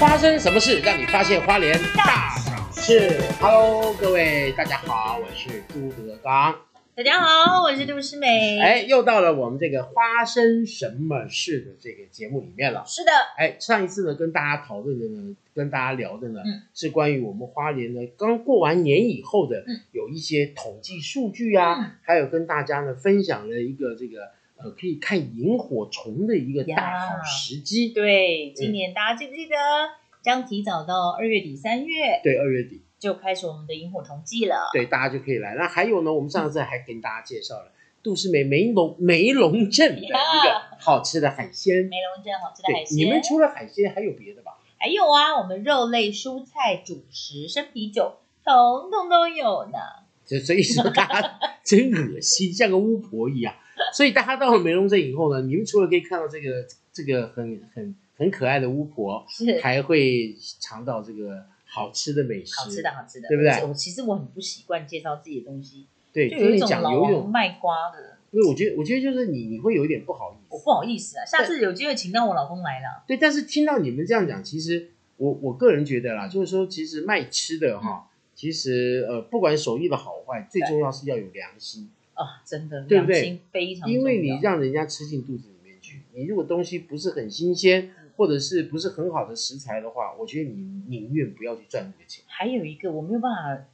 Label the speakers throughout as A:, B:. A: 发生什么事让你发现花莲大小事？Hello，各位大家好，我是朱德刚。
B: 大家好，我是杜诗美。，
A: 哎，又到了我们这个发生什么事的这个节目里面了。
B: 是的，
A: 哎，上一次呢，跟大家讨论的呢，跟大家聊的呢，
B: 嗯
A: 是关于我们花莲呢刚过完年以后的，
B: 嗯
A: 有一些统计数据啊，
B: 嗯
A: 还有跟大家呢分享了一个这个呃可以看萤火虫的一个大好
B: 呀
A: 时机。嗯
B: 对，今年大家记不记得将提早到二月底、三月
A: 对，二月底，
B: 就开始我们的萤火虫季了。
A: 对，大家就可以来。那还有呢，我们上次还跟大家介绍了杜诗梅梅龙梅龙镇的一个好吃的海鲜。
B: 梅龙镇好吃啊的海
A: 对，
B: 鲜，
A: 你们除了海鲜还有别的吧？
B: 还有啊，我们肉类、蔬菜、主食、生啤酒，统统都有呢。
A: 就所以说大家 真恶心，像个巫婆一样。所以大家到了梅龙镇以后呢，你们除了可以看到这个这个很很很可爱的巫婆，
B: 是
A: 还会尝到这个好吃的美食。
B: 好吃的，，好吃的，
A: 对不对
B: 而且我其实我很不习惯介绍自己的东西，
A: 对，
B: 就
A: 听
B: 有一
A: 你
B: 种
A: 讲
B: 老
A: 有一
B: 王
A: 种，
B: 卖瓜的，
A: 因为我觉得我觉得就是你你会有一点不好意思
B: 我。不好意思啊。下次有机会请到我老公来了。
A: 对，但是听到你们这样讲，其实我我个人觉得啦，就是说，其实卖吃的
B: 嗯
A: 哈，其实呃，不管手艺的好坏，最重要是要有良心，
B: 啊，真的，
A: 对不对
B: 良心非常重要。
A: 因为你让人家吃进肚子里面去，你如果东西不是很新鲜，
B: 嗯
A: 或者是不是很好的食材的话，我觉得你宁愿不要去赚这个钱。
B: 还有一个我没有办法，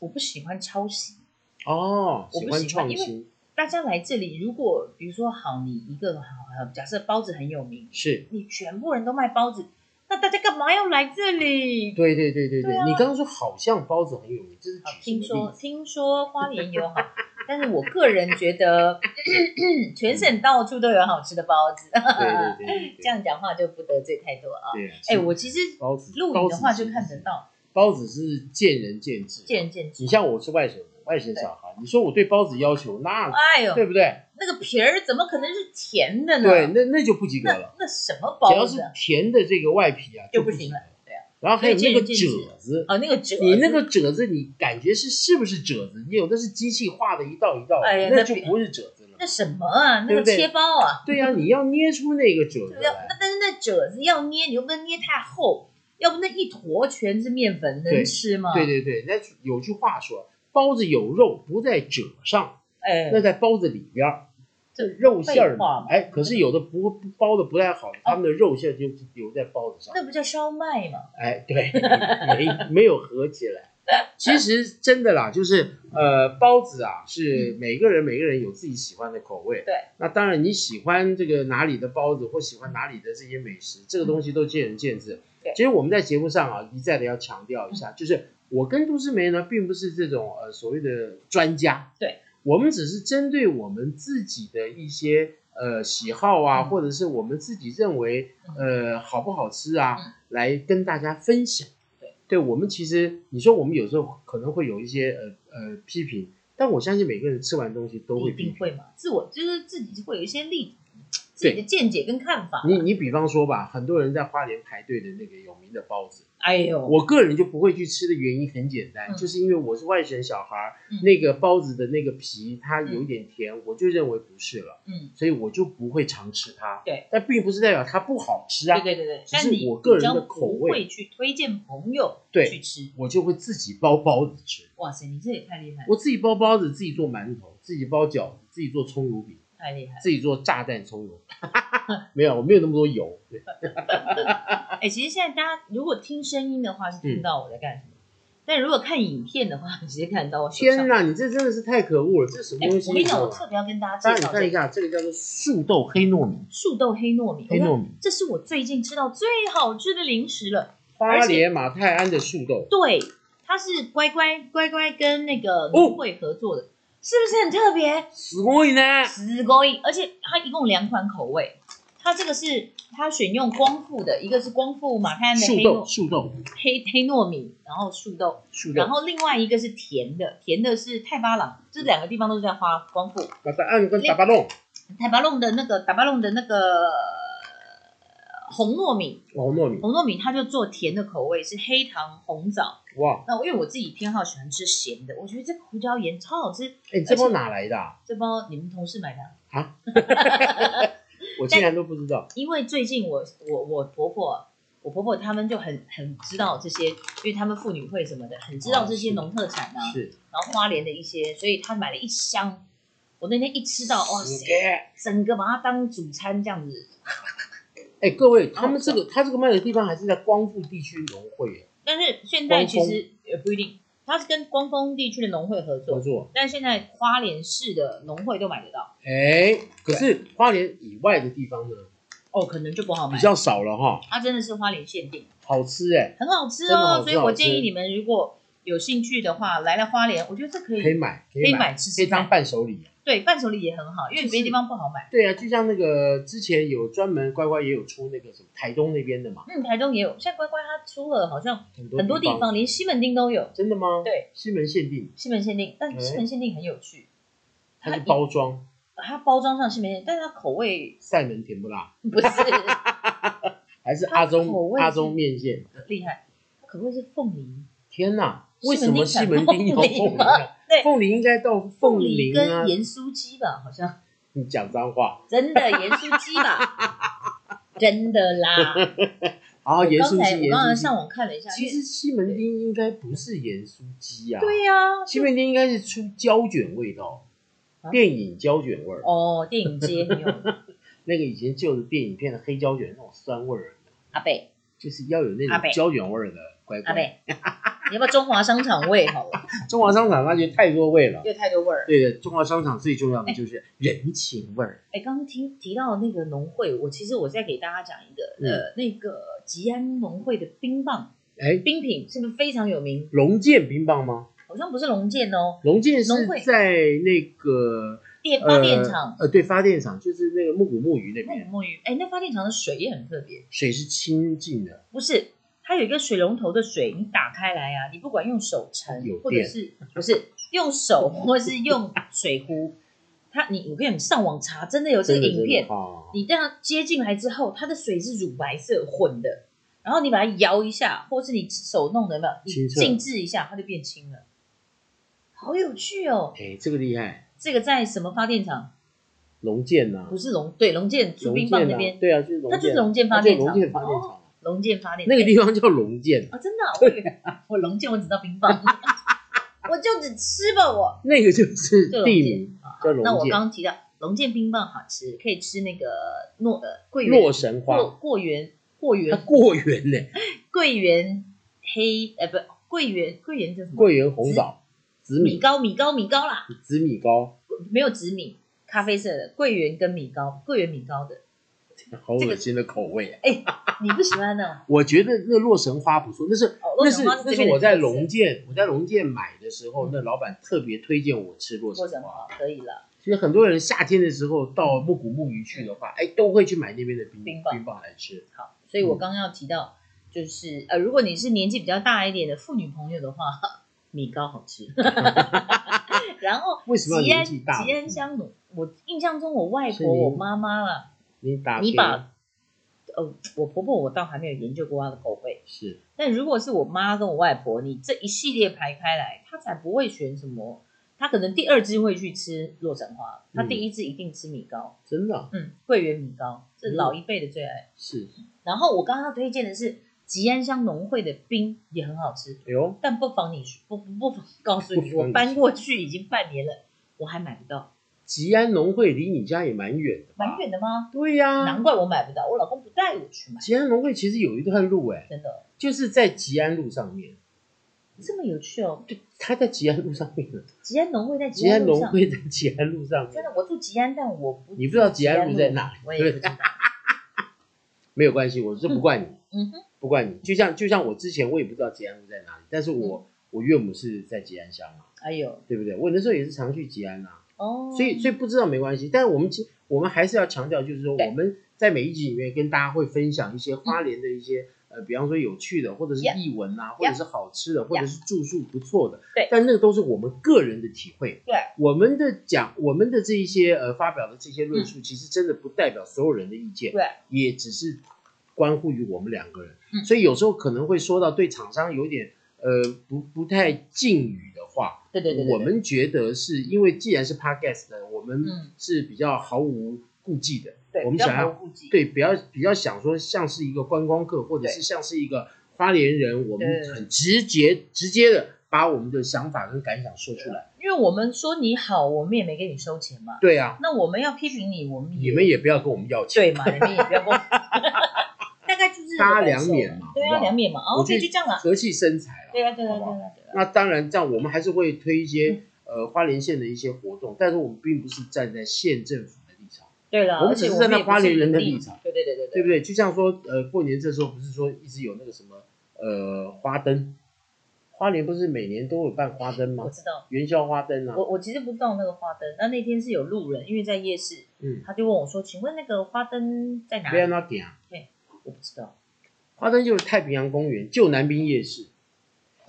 B: 我不喜欢抄袭。
A: 哦，
B: 我不
A: 喜欢
B: 喜欢
A: 创
B: 因为
A: 新
B: 大家来这里，如果比如说好，你一个好，好假设包子很有名，
A: 是。
B: 你全部人都卖包子，那大家干嘛要来这里？
A: 对对对对对，
B: 对啊
A: 你刚刚说好像包子很有名，这是
B: 好
A: 举
B: 听
A: 什么
B: 说
A: 例子？
B: 听说花莲有好，但是我个人觉得全省到处都有好吃的包子。
A: 嗯对对对 对对，
B: 这样讲话就不得罪太多啊。
A: 对啊。
B: 哎、
A: 是
B: 我其实
A: 包子
B: 录
A: 包
B: 影
A: 子
B: 的话
A: 其
B: 就
A: 实
B: 看
A: 是
B: 得到，
A: 包子是见仁见智，
B: 见仁见智
A: 你。像我是外省人，外省小孩，你说我对包子要求那
B: 哎呦，
A: 对不对？
B: 那个皮儿怎么可能是甜的呢？
A: 对，那那就不及格
B: 嗯那
A: 了。
B: 那什么
A: 只
B: 包
A: 要
B: 子
A: 是
B: 啊？
A: 甜的这个外皮啊
B: 就
A: 不
B: 不
A: 及
B: 行
A: 格
B: 了。对啊，
A: 然后还有那个
B: 所以见仁见
A: 褶子，
B: 哦，那个褶，
A: 你那个褶子你感觉是是不是褶子？你有的是机器画的一道一道
B: 哎
A: 的，
B: 呀
A: 那
B: 那
A: 就
B: 比
A: 不是褶子了
B: 那。什么啊？那
A: 对不
B: 个
A: 对
B: 切包啊，
A: 对呀，你要捏出那个褶子
B: 对啊
A: 来。
B: 那但是那褶子要捏，你又不能捏太厚，要不那一坨全是面粉，
A: 对
B: 能吃吗？
A: 对，对对，那有句话说，包子有肉不在褶上，
B: 哎
A: 那，在包子里边儿，
B: 这
A: 肉馅儿
B: 废话嘛啊
A: 哎，可是有的不不包的不太好，他们的肉馅儿就留在包子上，
B: 那不叫烧麦吗？
A: 哎，对， 没没有合起来。其实真的啦，就是呃，包子啊，是每个人每个人有自己喜欢的口味。
B: 嗯对，
A: 那当然你喜欢这个哪里的包子，或喜欢哪里的这些美食，这个东西都见仁见智。
B: 嗯对嗯
A: 其实我们在节目上啊，一再的要强调一下，就是我跟杜诗梅呢，并不是这种呃所谓的专家。
B: 对，
A: 我们只是针对我们自己的一些呃喜好啊，
B: 嗯
A: 或者是我们自己认为呃好不好吃啊，
B: 嗯
A: 来跟大家分享。
B: 对，
A: 对我们其实你说我们有时候可能会有一些呃呃批评，但我相信每个人吃完东西都会
B: 一
A: 批
B: 定
A: 评。
B: 会嘛，自我就是自己会有一些立自己的见解跟看法。
A: 你你比方说吧，很多人在花莲排队的那个有名的包子，
B: 哎呦，
A: 我个人就不会去吃的原因很简单，
B: 嗯
A: 就是因为我是外省小孩儿，
B: 嗯
A: 那个包子的那个皮它有一点甜，我就认为不是了，
B: 嗯，
A: 所以我就不会常吃它。
B: 对，
A: 但并不是代表它不好吃啊，
B: 对对对对，
A: 只是
B: 但你
A: 我个人的
B: 比较
A: 口
B: 不
A: 味
B: 会去推荐朋友
A: 对
B: 去吃。
A: 我就会自己包包子吃，
B: 哇塞，你这也太厉害了，
A: 我自己包包子，自己做馒头，自己包饺子，自己做葱油饼，
B: 太厉害了。
A: 自己做炸弹葱油。 没有，我没有那么多油。对，
B: 哎，其实现在大家如果听声音的话，是
A: 嗯
B: 听到我在干什么；但如果看影片的话，直 接看到我手上
A: 天。哪，你这真的是太可恶了！这什么
B: 哎，
A: 东西？
B: 我跟你
A: 知
B: 讲，
A: 道
B: 我
A: 吗
B: 特别要跟大
A: 当
B: 家
A: 然
B: 介
A: 你
B: 绍
A: 看
B: 这
A: 一
B: 个
A: 下，这个叫做树豆黑糯米，
B: 树豆黑糯米。
A: 黑
B: 我
A: 糯
B: 跟
A: 米，
B: 这是我最近吃到最好吃的零食了。而
A: 花
B: 且
A: 莲马泰安的树豆。
B: 对，它是乖乖乖乖跟那
A: 哦
B: 个农会合作的，是不是很特别？
A: すごいね。
B: 十勾一，而且它一共两款口味。它这个是它选用光复的，一个是光复马太安的
A: 树
B: 黑
A: 豆，
B: 糯
A: 树豆，
B: 黑黑糯米，然后树豆，
A: 树豆
B: 然。后另外一个是甜的，甜的是泰巴朗，这两个地方都是在花光复。
A: 马泰安跟达巴弄，
B: 泰巴弄的那个，达巴弄的那个呃红糯米，
A: 黄糯米。
B: 红糯米它就做甜的口味，是黑糖红枣。
A: 哇，
B: 那因为我自己偏好喜欢吃咸的，我觉得这个胡椒盐超好吃。
A: 哎，你这包哪来的啊？
B: 这包你们同事买的啊，
A: 我竟然都不知道。
B: 因为最近我我我婆婆，我婆婆他们就很很知道这些，因为他们妇女会什么的，很知道这些农特产啊，
A: 是
B: 然后花莲的一些，所以她买了一箱。我那天一吃到，哇塞，
A: 哎、
B: 整个把它当主餐这样子。
A: 哎各位，他们这个他这个卖的地方还是在光复地区农会
B: 但是现在其
A: 光
B: 实也不一定，它是跟光丰地区的农会
A: 合
B: 合作，
A: 作。
B: 但现在花莲市的农会都买得到，
A: 哎，可是花莲以外的地方呢，
B: 哦，可能就不好买
A: 比。较少了哈，
B: 它真的是花莲限定，
A: 好吃哎，
B: 很好吃
A: 真的
B: 哦，
A: 好吃
B: 所以我建议你们如果有兴趣的话，来了花莲，我觉得这可以
A: 可以买，可
B: 可以
A: 买，
B: 买吃
A: 可
B: 吃
A: 以当
B: 看。
A: 伴手礼。啊
B: 对，伴手礼也很好，因为别的地方不好买。
A: 对啊，就像那个之前有专门乖乖也有出那个什么台东那边的嘛，
B: 嗯，台东也有，现在乖乖它出了，好像
A: 很多
B: 很多地方连西门町都有
A: 真的吗？
B: 对，
A: 西门限定，
B: 西门限定，但
A: 哎
B: 西门限定很有趣，
A: 它
B: 它
A: 是包装
B: 它包装上西门限定，但是它口味
A: 塞门甜不辣，
B: 不 是
A: 还是
B: 它
A: 阿
B: 口
A: 中
B: 味
A: 阿
B: 是
A: 中面线？
B: 厉害，它口味是凤梨，
A: 天哪，
B: 西
A: 为
B: 门
A: 什么
B: 町
A: 西
B: 产
A: 门町有
B: 凤
A: 凤
B: 梨
A: 梨
B: 吗
A: 啊？
B: 对
A: 凤梨应该到凤
B: 梨
A: 林啊
B: 跟！盐酥鸡吧，好像
A: 你讲脏话，
B: 真的盐酥鸡吧， 真的啦。
A: 好，盐
B: 刚
A: 酥
B: 才
A: 鸡，
B: 我
A: 盐
B: 刚才
A: 酥
B: 上
A: 鸡。
B: 网看了一下，
A: 其
B: 因为
A: 实西门町应该不是盐酥鸡啊，
B: 对呀、
A: 西门町应该是出胶卷味道，
B: 啊
A: 电影胶卷味儿。
B: 哦，电影街很有
A: 那个以前旧的电影片的黑胶卷那种酸味儿，
B: 阿贝
A: 就是要有那
B: 阿北
A: 种胶卷味儿的乖
B: 阿
A: 乖。
B: 贝，你要不要中华商场味好 了？
A: 中华商场那就太多味了。
B: 有太多味儿。
A: 对的，中华商场最重要的就是人情味儿。
B: 哎，刚刚听提到那个农会，我其实我再给大家讲一个，
A: 嗯
B: 呃，那个吉安农会的冰棒
A: 哎，
B: 冰品是不是非常有名？
A: 龙健冰棒吗？
B: 好像不是龙健哦，
A: 龙健是
B: 龙会
A: 在那个
B: 电
A: 呃
B: 发电厂。
A: 呃，对，发电厂就是那个木古木鱼那
B: 木
A: 边，
B: 木鱼，哎，那发电厂的水也很特别，
A: 水是清净的，
B: 不是，它有一个水龙头的水，你打开来啊，你不管用手盛
A: 有，
B: 或者
A: 电
B: 是不是用手，或是用水壶，它你我跟你讲，你上网查，真的有这个
A: 真的
B: 影片
A: 真的，哦
B: 你这样接进来之后，它的水是乳白色混的，然后你把它摇一下，或是你手弄的有没有，你
A: 清澈
B: 静置一下，它就变清了，好有趣哦！
A: 哎，这个厉害，
B: 这个在什么发电厂？
A: 龙健呐
B: 不，是龙对龙建出
A: 龙
B: 冰
A: 健
B: 棒那
A: 呐，
B: 边，
A: 对啊，就是龙
B: 那就是
A: 健，
B: 龙建发
A: 啊对
B: 电
A: 龙
B: 厂，
A: 健发电
B: 哦，
A: 厂，
B: 龙建发电
A: 那个
B: 哎
A: 地方叫龙健，
B: 啊，真的啊、我以为我龙剑，我只知道冰棒， 我就只吃吧，我
A: 那个就是
B: 就龙
A: 地
B: 剑
A: 名叫
B: 啊那我
A: 龙健，
B: 刚刚提到龙剑冰棒好吃，可以吃那个诺呃桂
A: 洛
B: 圆
A: 神
B: 过
A: 花，
B: 过圆过
A: 它
B: 圆
A: 过园呢，
B: 桂圆黑呃不桂圆桂圆叫什么？
A: 桂圆红枣，紫
B: 米
A: 米
B: 糕米糕米糕啦，
A: 紫米糕，
B: 没有紫米，咖啡色的桂圆跟米糕，桂圆米糕的，
A: 好恶心的口味啊。
B: 你不喜欢呢、
A: 我觉得那洛神花不错，那是
B: 哦，洛
A: 那
B: 神
A: 是
B: 花
A: 那
B: 这边
A: 是
B: 的
A: 我在
B: 特色
A: 龙健，我在龙健买的时候，那老板特别推荐我吃洛
B: 洛
A: 神
B: 神
A: 花。
B: 花可以了，
A: 其实很多人夏天的时候到木古木鱼去的话，哎，都会去买那边的冰
B: 冰棒
A: 冰棒来吃。
B: 好，所以
A: 嗯
B: 我刚刚要提到就是呃，如果你是年纪比较大一点的妇女朋友的话， 米糕好吃。 然后
A: 为什么要
B: 吉安
A: 年纪大？
B: 吉安香浓，我印象中我外
A: 是
B: 婆、我
A: 你
B: 妈妈啦，
A: 你打
B: 你
A: 给
B: 把呃，我婆婆我倒还没有研究过她的口味，
A: 是
B: 但如果是我妈跟我外婆，你这一系列排开来，她才不会选什么，她可能第二支会去吃洛神花，她
A: 嗯
B: 第一支一定吃米糕，
A: 真的
B: 嗯，桂圆米糕，这
A: 嗯
B: 老一辈的最爱。
A: 是，
B: 然后我刚刚推荐的是吉安乡农会的冰也很好吃，
A: 哎呦，
B: 但不妨你去不不不妨告诉你，
A: 不妨
B: 我
A: 你
B: 搬
A: 去
B: 过去已经半年了，我还买不到，
A: 吉安农会离你家也蛮远的吧？
B: 蛮。远的吗？
A: 对呀、
B: 难怪我买不到，我老公不带我去买，
A: 吉安农会其实有一段路哎、
B: 真的
A: 就是在吉安路上面。
B: 这么有趣哦！
A: 对，它在吉安路上面。
B: 吉安农会在
A: 吉安
B: 路
A: 农
B: 上，
A: 会在吉安路上面
B: 真。的我住吉安，但我不
A: 你不知道吉安路在哪里
B: 我也不知道。
A: 没有关系，我这不怪你，
B: 嗯哼，
A: 不怪你。就像就像我之前我也不知道吉安路在哪里，但是我、
B: 嗯
A: 我岳母是在吉安乡嘛，
B: 哎 呦，
A: 对不对？我那时候也是常去吉安啊。
B: 哦，
A: 所以所以不知道没关系，但是我们其我们还是要强调，就是说
B: 对
A: 我们在每一集里面跟大家会分享一些花莲的一些、呃，比方说有趣的，或者是
B: 嗯 Yeah.
A: 译文啊
B: Yeah.
A: 或者是好吃的或者是住宿不错的，
B: 对
A: 但那个都是我们个人的体会，
B: 对，
A: 我们的讲我们的这一些呃发表的这些论述，其实真的不代表所有人的意见，
B: 嗯对，
A: 也只是关乎于我们两个人，
B: 嗯
A: 所以有时候可能会说到对厂商有点呃不不太敬语的话，
B: 对对对对，
A: 我们觉得是因为既然是 podcast 的，我们
B: 嗯
A: 是比较毫无顾忌的，
B: 对，
A: 我们
B: 比较
A: 想要
B: 毫无顾忌，
A: 对，比较比较想说像是一个观光客，或者是像是一个花莲人，我
B: 对
A: 们很直接直接的把我们的想法跟感想说出来。
B: 因为我们说你好，我们也没给你收钱嘛。
A: 对啊，
B: 那我们要批评你，我们
A: 你
B: 也
A: 们也不要跟我们要钱，
B: 对嘛，你们也 不要跟我， 大概就是这个
A: 大家
B: 感受
A: 两面嘛
B: 对
A: 好不
B: 啊，
A: 好
B: 两面嘛，哦
A: 我
B: ，OK，
A: 觉
B: 就
A: 得
B: 这样了。
A: 和气生财了。
B: 对啊，对
A: 好
B: 啊，
A: 不
B: 对
A: 好
B: 啊，对啊。
A: 那当然，这样我们还是会推一些
B: 嗯
A: 呃花莲县的一些活动，但是我们并不是站在县政府的立场，
B: 对了，
A: 我们
B: 而
A: 只
B: 且
A: 是
B: 我
A: 站在
B: 们也不
A: 花莲
B: 是
A: 人的
B: 盈利
A: 立场，
B: 对对对对
A: 对不对？就像说呃过年这时候不是说一直有那个什么呃花灯，花莲不是每年都有办花灯吗
B: 我？知道，
A: 元宵花灯啊
B: 我，我其实不知道那个花灯。那那天是有路人，因为在夜市，
A: 嗯，
B: 他就问我说：“请问那个花灯在哪
A: 不要
B: 里
A: 那点啊。？”
B: 我不知道，
A: 花灯就是太平洋公园旧南滨夜市，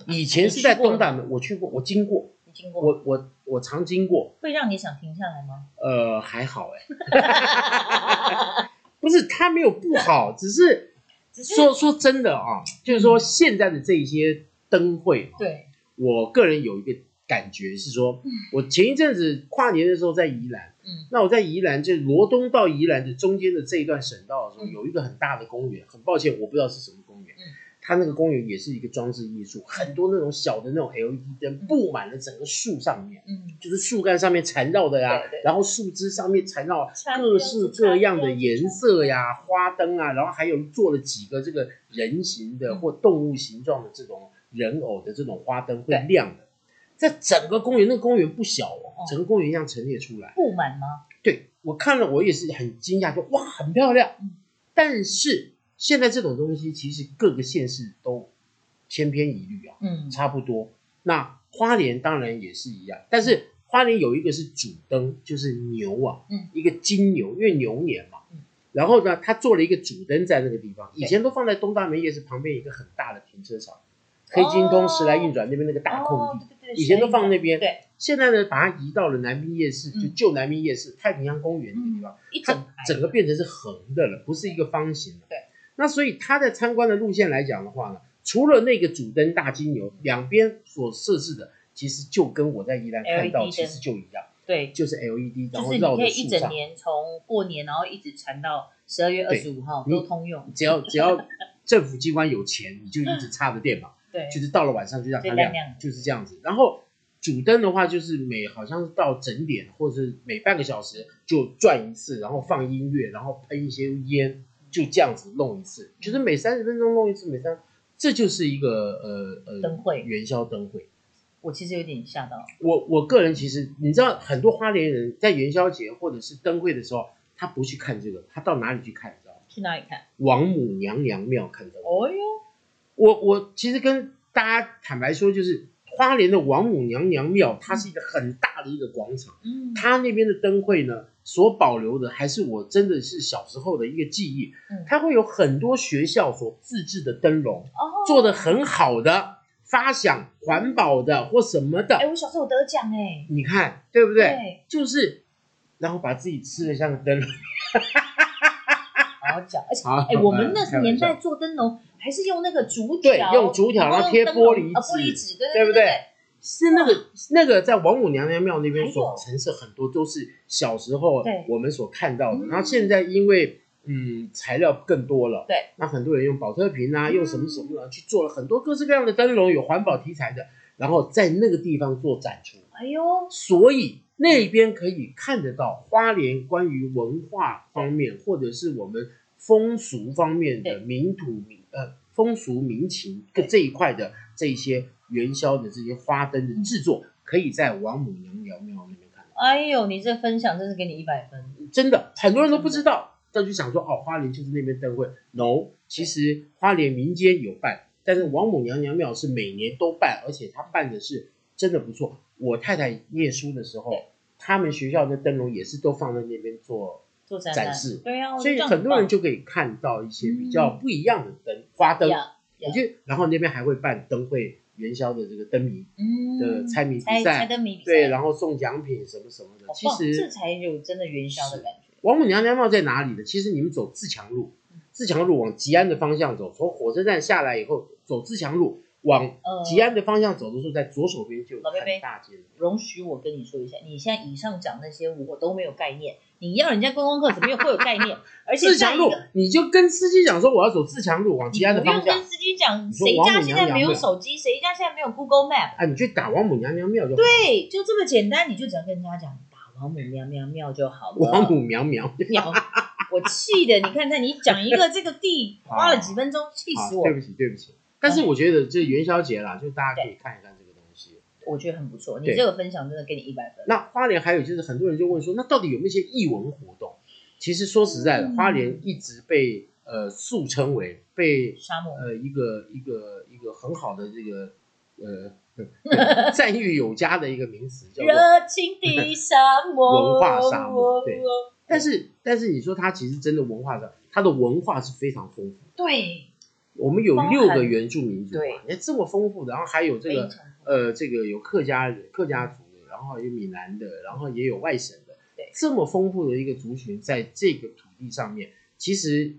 A: 以前是在东大门，我去过，我经过，
B: 你经过
A: 我我我常经过，
B: 会让你想停下来吗？
A: 呃，还好哎、 不是它没有不好，只是
B: 只是
A: 说说真的啊，就是说现在的这一些灯会啊，
B: 对，
A: 我个人有一个感觉是说，我前一阵子跨年的时候在宜兰，
B: 嗯
A: 那我在宜兰就是罗东到宜兰的中间的这一段省道的时候，
B: 嗯
A: 有一个很大的公园，很抱歉我不知道是什么公园
B: 嗯，
A: 它那个公园也是一个装置艺术，很多那种小的那种 LED 灯布满了整个树上面，
B: 嗯，
A: 就是树干上面缠绕的呀
B: 对对，
A: 然后树枝上面缠绕
B: 缠
A: 各式
B: 缠缠
A: 各样的颜色呀、花灯啊，然后还有做了几个这个人形的
B: 嗯
A: 或动物形状的这种人偶的这种花灯会
B: 对
A: 亮的。这整个公园，那个公园不小
B: 哦
A: 哦，整个公园一样陈列出来。
B: 布满吗？
A: 对我看了，我也是很惊讶，说哇，很漂亮
B: 嗯。
A: 但是现在这种东西，其实各个县市都千篇一律啊，
B: 嗯
A: 差不多。那花莲当然也是一样，但是花莲有一个是主灯，就是牛啊，
B: 嗯
A: 一个金牛，因为牛年嘛。
B: 嗯
A: 然后呢，他做了一个主灯在那个地方，
B: 对
A: 以前都放在东大门夜市旁边一个很大的停车场，黑金通、时来运转那边那个大空地。
B: 哦，对对对，
A: 以前都放那边
B: 对，
A: 现在呢，把它移到了南滨夜市，
B: 嗯
A: 就旧南滨夜市、太平洋公园那个地方，
B: 一整
A: 它
B: 排
A: 整个变成是横的了，不是一个方形的。
B: 对，
A: 那所以它在参观的路线来讲的话呢，除了那个主灯大金牛，两边所设置的其实就跟我在宜兰看到
B: LED
A: 其实就一样，
B: 对，
A: 就是 LED，然
B: E 就是
A: 后
B: 你
A: 绕
B: 可
A: 着
B: 以一
A: 树
B: 整
A: 上，
B: 年从过年，然后一直传到十二月二十五号
A: 对
B: 都通用。
A: 只要只要政府机关有钱，你就一直插着电嘛，
B: 对，
A: 就是到了晚上就让它
B: 就
A: 亮
B: 亮，亮的
A: 就是这样子。然后主灯的话，就是每好像是到整点或者是每半个小时就转一次，然后放音乐，然后喷一些烟，就这样子弄一次，就是每三十分钟弄一次，每三，这就是一个呃呃
B: 灯会
A: 元宵灯会。
B: 我其实有点吓到。
A: 我我个人其实你知道，很多花莲人在元宵节或者是灯会的时候，他不去看这个，他到哪里去看？你知道吗？
B: 去哪里看？
A: 王母娘娘庙看灯会。
B: 哦哟，
A: 我我其实跟大家坦白说，就是花莲的王母娘娘庙，它是一个很大的一个广场，
B: 嗯，
A: 它那边的灯会呢，所保留的还是我真的是小时候的一个记忆
B: 嗯，
A: 它会有很多学校所自制的灯笼，
B: 哦
A: 做的很好的，发响环保的或什么
B: 哎，
A: 的，
B: 我小时候有得奖哎，
A: 你看对不对？，就是，然后把自己吃的像个灯笼，
B: 好奖，而且
A: 好
B: 哎，我们那
A: 开
B: 个
A: 玩
B: 年
A: 笑
B: 代做灯笼还是用那个竹条，
A: 对用竹条
B: 不
A: 然后
B: 用
A: 贴
B: 灯笼
A: 玻璃
B: 啊玻璃
A: 纸
B: 纸，对
A: 对不
B: 对
A: 对？是那个那个在王母娘娘庙那边
B: 还有
A: 所陈设很多都是小时候
B: 对
A: 我们所看到的，
B: 嗯
A: 然后现在因为嗯材料更多了，
B: 对，
A: 那很多人用保特瓶啊，
B: 嗯
A: 用什么什么啊去做了很多各式各样的灯笼，有环保题材的，然后在那个地方做展出，
B: 哎呦，
A: 哦所以那边可以看得到花莲关于文化方面或者是我们风俗方面的
B: 对
A: 民土民呃风俗民情的这一块的这一些元宵的这些花灯的制作，可以在王母娘娘庙那边看到。
B: 哎呦，你这分享真是给你一百分。
A: 真的，很多人都不知道，但就想说哦，花莲就是那边灯会。No，其实花莲民间有办，但是王母娘娘庙是每年都办，而且它办的是真的不错。我太太念书的时
B: 对
A: 候，他们学校的灯笼也是都放在那边做，
B: 做展
A: 展
B: 览
A: 示
B: 对呀、啊，我
A: 所
B: 觉
A: 以
B: 得
A: 很多人
B: 就
A: 就可以看到一些比较不一样的灯，花灯。
B: 呀
A: 我觉得，然后那边还会办灯会元宵的这个灯谜
B: 嗯
A: 的猜谜比
B: 猜猜
A: 赛，
B: 灯谜比赛，
A: 对，然后送奖品什么什么的
B: 好。
A: 其
B: 棒，
A: 实
B: 哦这才有真的元宵的感觉。
A: 王母娘娘庙在哪里呢？其实你们走自强路，自强路往吉安的方向走，从火车站下来以后，走自强路往
B: 呃，
A: 吉安的方向走的时候，在左手边就有
B: 老贝贝
A: 很大街的。
B: 容许我跟你说一下，你现在以上讲那些我都没有概念，你要人家观光客怎么也会有概念，而且
A: 自
B: 在
A: 强
B: 一
A: 路
B: 个，
A: 你就跟司机讲说我要走自强路，往
B: 你
A: 其他的
B: 不用
A: 方向
B: 跟。司机讲，
A: 你说
B: 谁
A: 王
B: 家
A: 母
B: 现
A: 娘
B: 在
A: 娘
B: 没有
A: 庙
B: 手机，谁家现在没有 Google Map，
A: 啊，你去打王母娘娘庙就好，
B: 对，就这么简单，你就只要跟人家讲打王母娘娘庙就好了。
A: 王母苗 苗。
B: 娘，我气的，你看看你讲一个这个 地花了几分钟，气
A: 啊
B: 死我
A: 对！不起，对不起。但是我觉得这元宵节啦，就大家可以看一看这个东西。
B: 我觉得很不错，你
A: 对
B: 这个分享真的给你一百分。
A: 那花莲还有就是很多人就问说，那到底有没有一些艺文活动？其实说实在的，
B: 嗯
A: 花莲一直被呃素称为被
B: 沙漠，
A: 呃一个一个一个很好的这个 呃赞誉有加的一个名词叫做
B: 热情的沙漠，
A: 文化沙漠对但是但是你说它其实真的文化上，它的文化是非常丰富。
B: 对
A: 我们有
B: 包含
A: 六个原住民族
B: 对
A: 嘛，你看这么丰富的，然后还有这
B: 非
A: 个
B: 常
A: 呃这个有客家人、客家族的，然后有闽南的，然后也有外省的
B: 对，
A: 这么丰富的一个族群，在这个土地上面，其实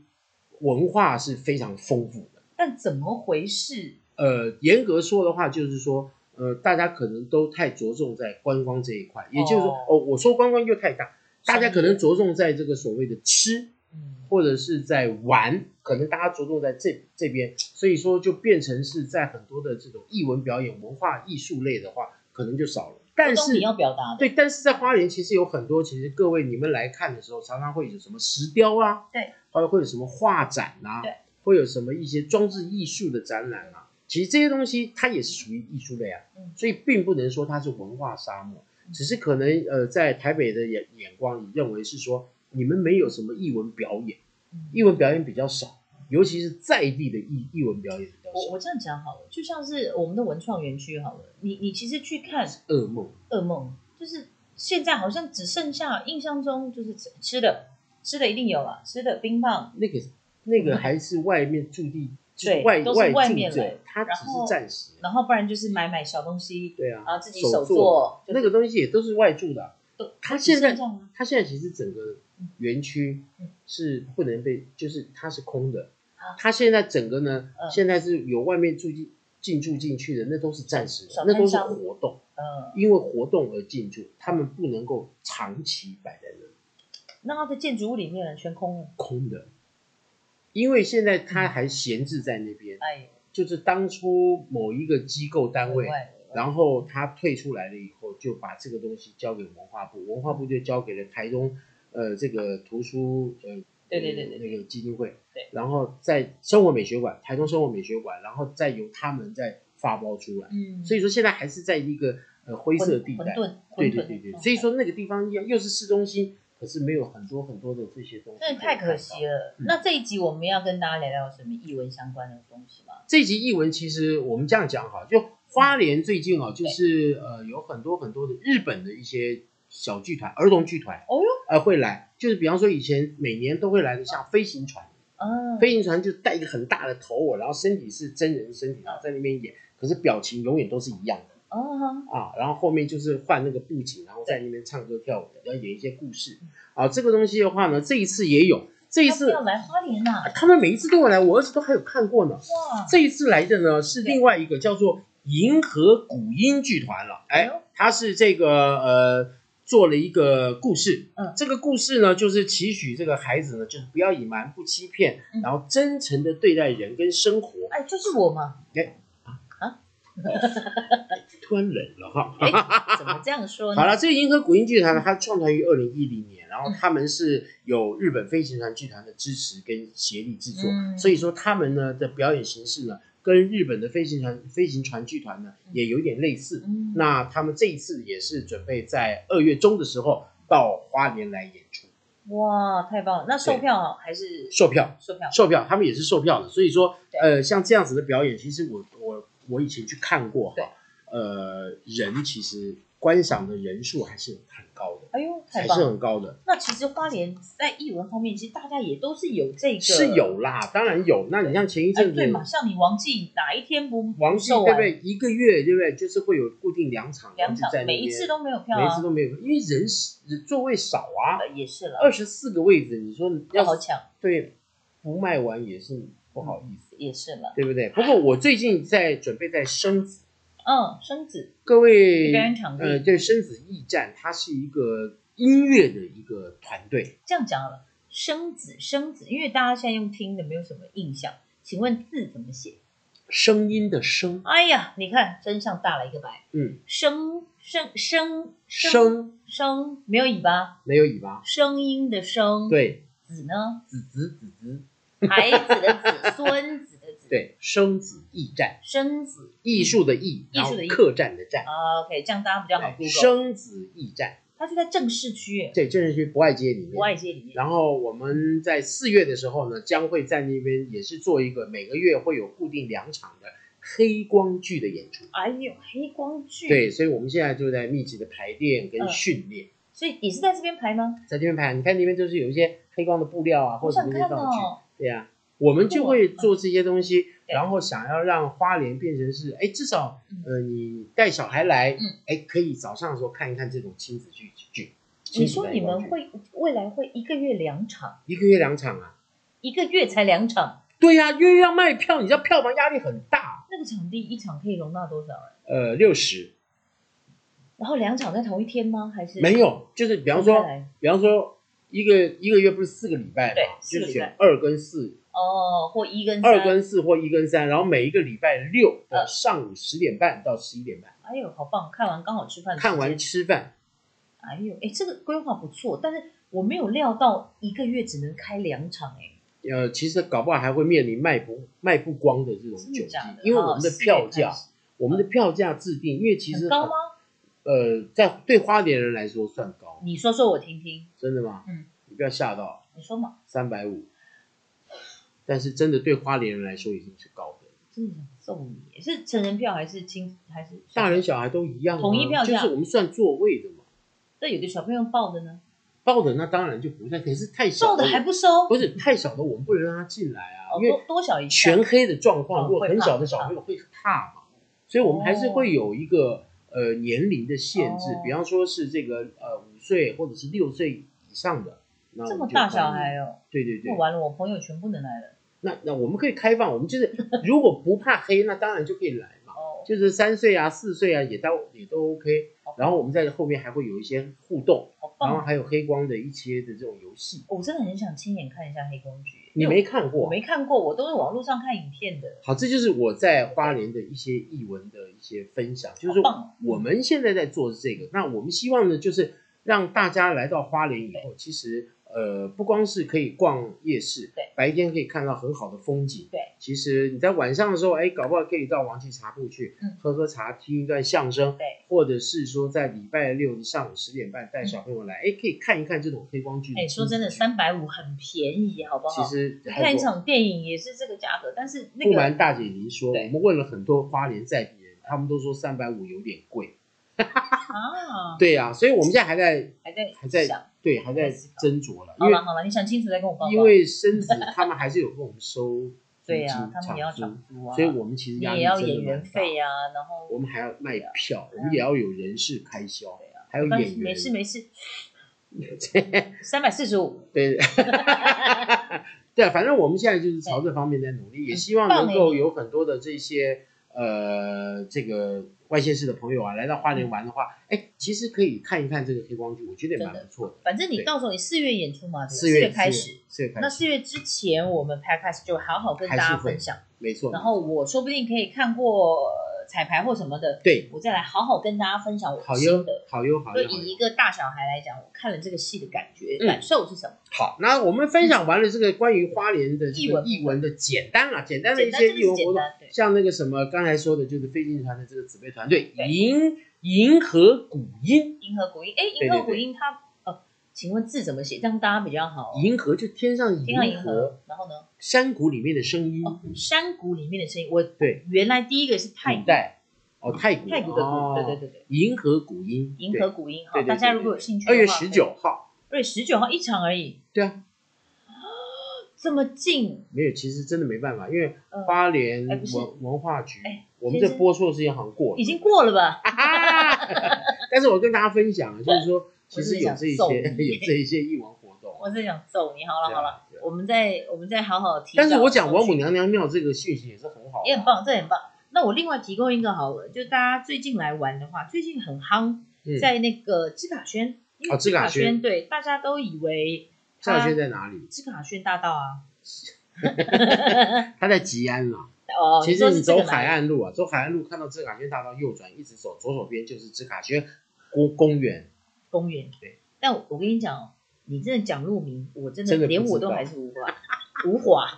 A: 文化是非常丰富的。
B: 但怎么回事？
A: 呃，严格说的话，就是说，呃，大家可能都太着重在观光这一块，也就是说，
B: 哦
A: 哦，我说观光又太大，大家可
B: 商
A: 能
B: 业
A: 着重在这个所谓的吃，
B: 嗯，
A: 或者是在玩，可能大家着重在这这边，所以说就变成是在很多的这种艺文表演、文化艺术类的话，可能就少了。但
B: 东
A: 是
B: 你要表达的，
A: 对，但是在花莲其实有很多，其实各位你们来看的时候，常常会有什么石雕啊，
B: 对，
A: 或者会有什么画展啊，
B: 对，
A: 会有什么一些装置艺术的展览啊，其实这些东西它也是属于艺术类啊，
B: 嗯
A: 所以并不能说它是文化沙漠，
B: 嗯
A: 只是可能呃在台北的眼眼光里认为是说你们没有什么艺文表演，
B: 嗯
A: 艺文表演比较少，尤其是在地的艺艺文表演比较
B: 我
A: 少，
B: 我这样讲好了，就像是我们的文创园区好了，你你其实去看
A: 噩梦，
B: 噩梦，就是现在好像只剩下印象中就是吃吃的，吃的一定有了，吃的冰棒，
A: 那个那个还是外面驻地。
B: 对
A: 外
B: 都是外
A: 驻
B: 面来
A: 者，它只
B: 然后
A: 是暂时的。
B: 然后不然就是买买小东西，
A: 对啊，
B: 然后自己
A: 手
B: 手做，就
A: 那个东西也都是外注的啊、
B: 都
A: 它
B: 只
A: 现在
B: 剩这样吗？
A: 它现在其实整个园区
B: 嗯
A: 是不能被，就是它是空的
B: 啊。
A: 它现在整个呢，
B: 嗯
A: 现在是有外面住进进驻进去的，那都是暂时的
B: 小，摊
A: 那都是
B: 商
A: 活动，
B: 呃，
A: 因为活动而进驻，他们不能够长期摆在那里
B: 那它的建筑物里面全空了，
A: 空的，因为现在它
B: 嗯
A: 还闲置在那边，
B: 哎呦，
A: 就是当初某一个机构单位
B: 很怪
A: 然后他退出来了以后，就把这个东西交给文化部，文化部就交给了台中，呃，这个图书呃，
B: 对对对对
A: 那个基金会，
B: 对，
A: 然后在生活美学馆，台中生活美学馆，然后再由他们再发包出来，
B: 嗯，
A: 所以说现在还是在一个呃灰
B: 混
A: 色地带，
B: 混沌，
A: 对对
B: 混沌嗯的
A: 对对，
B: 状态
A: 所以说那个地方又又是市中心，可是没有很多很多的这些东西，
B: 真的太可惜。了。
A: 嗯
B: 那这一集我们要跟大家聊聊什么译文相关的东西吗？
A: 这集译文其实我们这样讲哈，就花莲最近啊，就是呃有很多很多的日本的一些小剧团、儿童剧团，
B: 哦哟，
A: 呃会来，就是比方说以前每年都会来的，像飞行船，
B: 嗯，
A: 飞行船就戴一个很大的头偶，然后身体是真人身体，然后在那边演，可是表情永远都是一样的
B: 哦，
A: 啊，然后后面就是换那个布景，然后在那边唱歌跳舞的，要演一些故事啊，这个东西的话呢，这一次也有，这一
B: 他们
A: 次啊
B: 要来花莲呐、
A: 他们每一次都会来，我儿子都还有看过呢。
B: 哇，
A: 这一次来的呢是另外一个叫做银河古音剧团了，
B: 哎
A: 哎
B: 呦，
A: 他是这个呃做了一个故事，
B: 嗯
A: 这个故事呢就是期许这个孩子呢就是不要隐瞒、不欺骗，
B: 嗯
A: 然后真诚的对待人跟生活。
B: 哎，就是我嘛，
A: 突然冷了哈，
B: 哎怎么这样说呢？
A: 好了，这个银河古音剧团呢，它创团于二零一零年，然
B: 嗯
A: 后他们是有日本飞行团剧团的支持跟协力制作，
B: 嗯
A: 所以说他们呢的表演形式呢，跟日本的飞行团飞行船剧团呢也有点类似。
B: 嗯，
A: 那他们这一次也是准备在二月中的时候到花莲来演出，
B: 哇，太棒了！那售票还是
A: 售票，
B: 售票？
A: 售票，他们也是售票的，所以说，
B: 对
A: 呃，像这样子的表演，其实我我我以前去看过
B: 对
A: 哈，呃，人其实观赏的人数还是很高的，
B: 哎呦，太
A: 还
B: 棒
A: 是
B: 了！
A: 很高的，
B: 那其实花莲在译文方面，其实大家也都是有这个
A: 是有啦，当然有。那你像前一
B: 哎，
A: 阵子
B: 对嘛？像你王记哪一天不
A: 王记
B: 售
A: 对
B: 完
A: 不对？一个月对不对？就是会有固定两场，
B: 两
A: 然后
B: 场
A: 就在，那
B: 每
A: 边
B: 一次都没有票
A: 每一
B: 啊
A: 次，都没有，因为人人座位少啊
B: 呃，也是了，
A: 二十四个位置，你说
B: 不
A: 要
B: 好抢，
A: 对，不卖完也是不好意思，
B: 也是了。
A: 对不对？不过我最近在准备在生子，
B: 嗯，生子
A: 各位
B: 表演场地
A: 呃，对生子驿站，它是一个音乐的一个团队。
B: 这样讲好了，生子生子，因为大家现在用听的没有什么印象，请问字怎么写？
A: 声音的声，
B: 哎呀，你看真相大了一个白，
A: 嗯，
B: 声声声
A: 声
B: 声没有尾巴，
A: 没有尾巴，
B: 声音的声，，
A: 对，
B: 子呢？
A: 子子子子，
B: 孩子 的子，孙子的子，，
A: 对，生子驿站，
B: 生子
A: 艺术的艺，
B: 艺
A: 然
B: 术
A: 后
B: 的艺
A: 客栈的站，
B: 啊，OK，这样大家比较好
A: 对哎
B: Google。
A: 生子驿站，
B: 它就在正市区，
A: 对，这是去博爱街里
B: 博爱
A: 面。
B: 街里面。
A: 然后我们在四月的时候呢，将会在那边也是做一个每个月会有固定两场的黑光剧的演出。
B: 哎呦，黑光剧，，
A: 对，所以我们现在就在密集的排练跟
B: 嗯
A: 训练，
B: 所以你是在这边排吗？
A: 在这边排。你看那边就是有一些黑光的布料啊，
B: 好
A: 或者
B: 想
A: 那些
B: 看
A: 道具。
B: 哦。嗯
A: 对呀、我们就会做这些东西，
B: 对
A: 然后想要让花莲变成是，哎，至少
B: 嗯
A: 呃，你带小孩来
B: 嗯，
A: 哎、可以早上的时候看一看这种亲子剧剧。
B: 你
A: 亲子
B: 说
A: 的
B: 你
A: 观
B: 们
A: 剧
B: 会未来会一个月两场，
A: 一个月两场啊？
B: 一个月才两场，
A: 对呀、因为要卖票，你知道票房压力很大，啊
B: 那个场地一场可以容纳多少人？
A: 呃，六十
B: 然后两场在同一天吗？还是
A: 没？有，就是比方说，比方说一个一个月不是四个礼拜
B: 对
A: 嘛，
B: 四
A: 就
B: 个
A: 是
B: 礼拜
A: 选二跟四，
B: 哦，或一跟三
A: 二，跟四或一跟三，然后每一个礼拜六的
B: 嗯
A: 上午十点半到十一点半，
B: 哎呦，好棒！看完刚好吃饭，
A: 看完，吃饭，
B: 哎呦，哎，这个规划不错，但是我没有料到一个月只能开两场，哎，
A: 呃，其实搞不好还会面临卖不卖不光的这种
B: 真
A: 窘
B: 的假
A: 境
B: 的？，
A: 因为
B: 哦
A: 我们的
B: 四月
A: 票
B: 开
A: 价，
B: 始
A: 我们的票价制定，因为其实
B: 嗯很高吗？
A: 呃，在对花莲人来说算高，
B: 你说说我听听，
A: 真的吗？
B: 嗯，
A: 你不要吓到，
B: 你说嘛，
A: 三百五，但是真的对花莲人来说已经是高的，
B: 真的想揍你，是成人票还是亲还是小
A: 大人？小孩都一样、啊，
B: 统一票
A: 就
B: 价
A: 是我们算座位的嘛，
B: 那有的小朋友抱的呢，
A: 报的那当然就不算，可是太小
B: 抱
A: 的
B: 的还不收，
A: 不是太小的，我们不能让他进来啊，
B: 哦
A: 因为
B: 多多少一下
A: 全黑的状况，
B: 哦
A: 如果
B: 会
A: 很
B: 怕
A: 小的小朋友会怕嘛，所以我们还是会有一个呃年龄的限制
B: 哦，
A: 比方说是这个呃五岁或者是六岁以上的，那
B: 这
A: 我
B: 么
A: 们就
B: 大小
A: 欢
B: 孩
A: 迎，
B: 哦，
A: 对对对
B: 那，完了，我朋友全部能来了
A: 那那我们可以开放，我们就是如果不怕黑，那当然就可以来嘛，
B: 哦，
A: 就是三岁啊、四岁啊也都也都 OK，
B: 好嗯
A: 然后我们在后面还会有一些互动，
B: 好
A: 然后
B: 棒！
A: 还有黑光的一些的这种游戏，
B: 我真的很想亲眼看一下黑工局，
A: 你
B: 因为
A: 没看
B: 我
A: 过？啊
B: 没看过，我都是网络上看影片的。
A: 好，这就是我在花莲的一些译文的一些分享，就是说
B: 好棒
A: 我们现在在做这个，那我们希望呢，就是让大家来到花莲以后，其实呃，不光是可以逛夜市，
B: 对，
A: 白天可以看到很好的风景，
B: 对，
A: 其实你在晚上的时候，哎，搞不好可以到王记茶铺去、
B: 嗯
A: 喝喝茶，听一段相声，
B: 对，
A: 或者是说在礼拜六的上午十点半带小朋友来，哎，可以看一看这种黑光剧。
B: 嗯哎，说真的，。三百五很便宜，好不
A: 其
B: 好？
A: 实还不
B: 看一场电影也是这个价格，但是那
A: 不
B: 个
A: 瞒大姐您说，
B: 对
A: 我们问了很多花莲在地人，他们都说三百五有点贵。
B: 啊，
A: 对呀、所以我们现在还在
B: 还在
A: 还在
B: 想。
A: 对还在
B: 还在思考
A: 斟酌了，因
B: 好
A: 为
B: 了好了，你想清楚再跟我报告。
A: 因为生子他们还是有跟我们收租
B: 对
A: 金、
B: 呀，他们也要
A: 租
B: 涨，租啊，
A: 所以我们其实
B: 你
A: 压
B: 也
A: 力
B: 要
A: 真
B: 演
A: 的蛮
B: 员
A: 大。
B: 费呀，然后
A: 我们还要卖票，我们
B: 对啊
A: 也要有人事开销
B: 对啊，
A: 还有
B: 但
A: 演
B: 是
A: 员。
B: 没事没事， 三百四十五，
A: 对， 对啊，反正我们现在就是朝这方面在努力，也希望能
B: 哎
A: 够有很多的这些呃这个外县市的朋友啊，来到花
B: 嗯
A: 莲玩的话，哎，其实可以看一看这个黑光剧，我觉得也蛮不错的。
B: 反正你
A: 对
B: 到时候你四月演出嘛，对不对
A: 四
B: 四
A: 月
B: 开始，，
A: 四月开
B: 那
A: 始，
B: 四月之前，我们 podcast 就好好跟大
A: 还
B: 家
A: 是会
B: 分享，
A: 没错。
B: 然后我说不定可以看过呃彩排或什么的，
A: 对，
B: 我再来好好跟大家分享我
A: 好
B: 心
A: 哟
B: 得。，
A: 好哟，好
B: 就
A: 哟，好
B: 以一
A: 哟。
B: 个大小孩来讲，我看了这个戏的感觉、
A: 嗯
B: 感受是什么？
A: 好，那我们分享完了这个关于花莲的这个
B: 译文
A: 译文的简单啊，简单的
B: 简
A: 一
B: 单
A: 些
B: 真的
A: 译
B: 是
A: 文活
B: 简
A: 动，
B: 单，对，
A: 像那个什么刚才说的，就是飞行团的这个姊妹团队
B: 对
A: 银银河古音。
B: 银河古音，哎，
A: 对
B: 银河古音它呃，请问字怎么写？这样大家比较好、哦。
A: 银河就天上银
B: 听到银河，然后呢？
A: 山谷里面的声音，
B: 哦，山谷里面的声音，我
A: 对，
B: 原来第一个是太
A: 古
B: 古，
A: 代哦，太古
B: 太古的
A: 哦
B: 古，对对对对，
A: 银河古音，
B: 银河古音哈，
A: 对对对
B: 大家如果有兴趣的
A: 二
B: 话，
A: 月十，九号，
B: 二月十九号一场而已，
A: 对啊，
B: 这么近，
A: 没有，其实真的没办法，因为
B: 嗯
A: 花莲
B: 哎不是
A: 文文化局
B: 哎，
A: 我们
B: 先
A: 这
B: 生
A: 播出的时间好像过了
B: 已，经过了吧？
A: 哈哈 但是我跟大家分享，啊就是说，其实
B: 我是
A: 有
B: 想
A: 这一些
B: 揍你
A: 有这一些艺文活动，
B: 我是想揍你， 好了
A: 对啊
B: 好了
A: 对啊，
B: 我们再我们再好好提。
A: 但是我讲王母，娘娘庙这个讯息也是很好，啊
B: 也很，棒，这很棒。那我另外提供一个好了，就大家最近来玩的话，最近很夯，
A: 嗯，
B: 在那个芝卡轩因
A: 哦
B: 为
A: 志卡轩
B: 轩对大家都以为
A: 赵
B: 他
A: 轩在哪里？
B: 志卡轩大道啊，
A: 他在吉安啦。
B: 哦，
A: 其
B: 说
A: 实
B: 是
A: 你
B: 这个
A: 走
B: 来
A: 海
B: 的，
A: 岸路啊，走海岸路看到志卡轩大道右转，一直走，左手边就是志卡轩公公园。
B: 公园。
A: 对，
B: 但我跟你讲哦，你真的讲路名，我真的
A: 真的不
B: 连我
A: 知
B: 都
A: 道
B: 还是无法无法。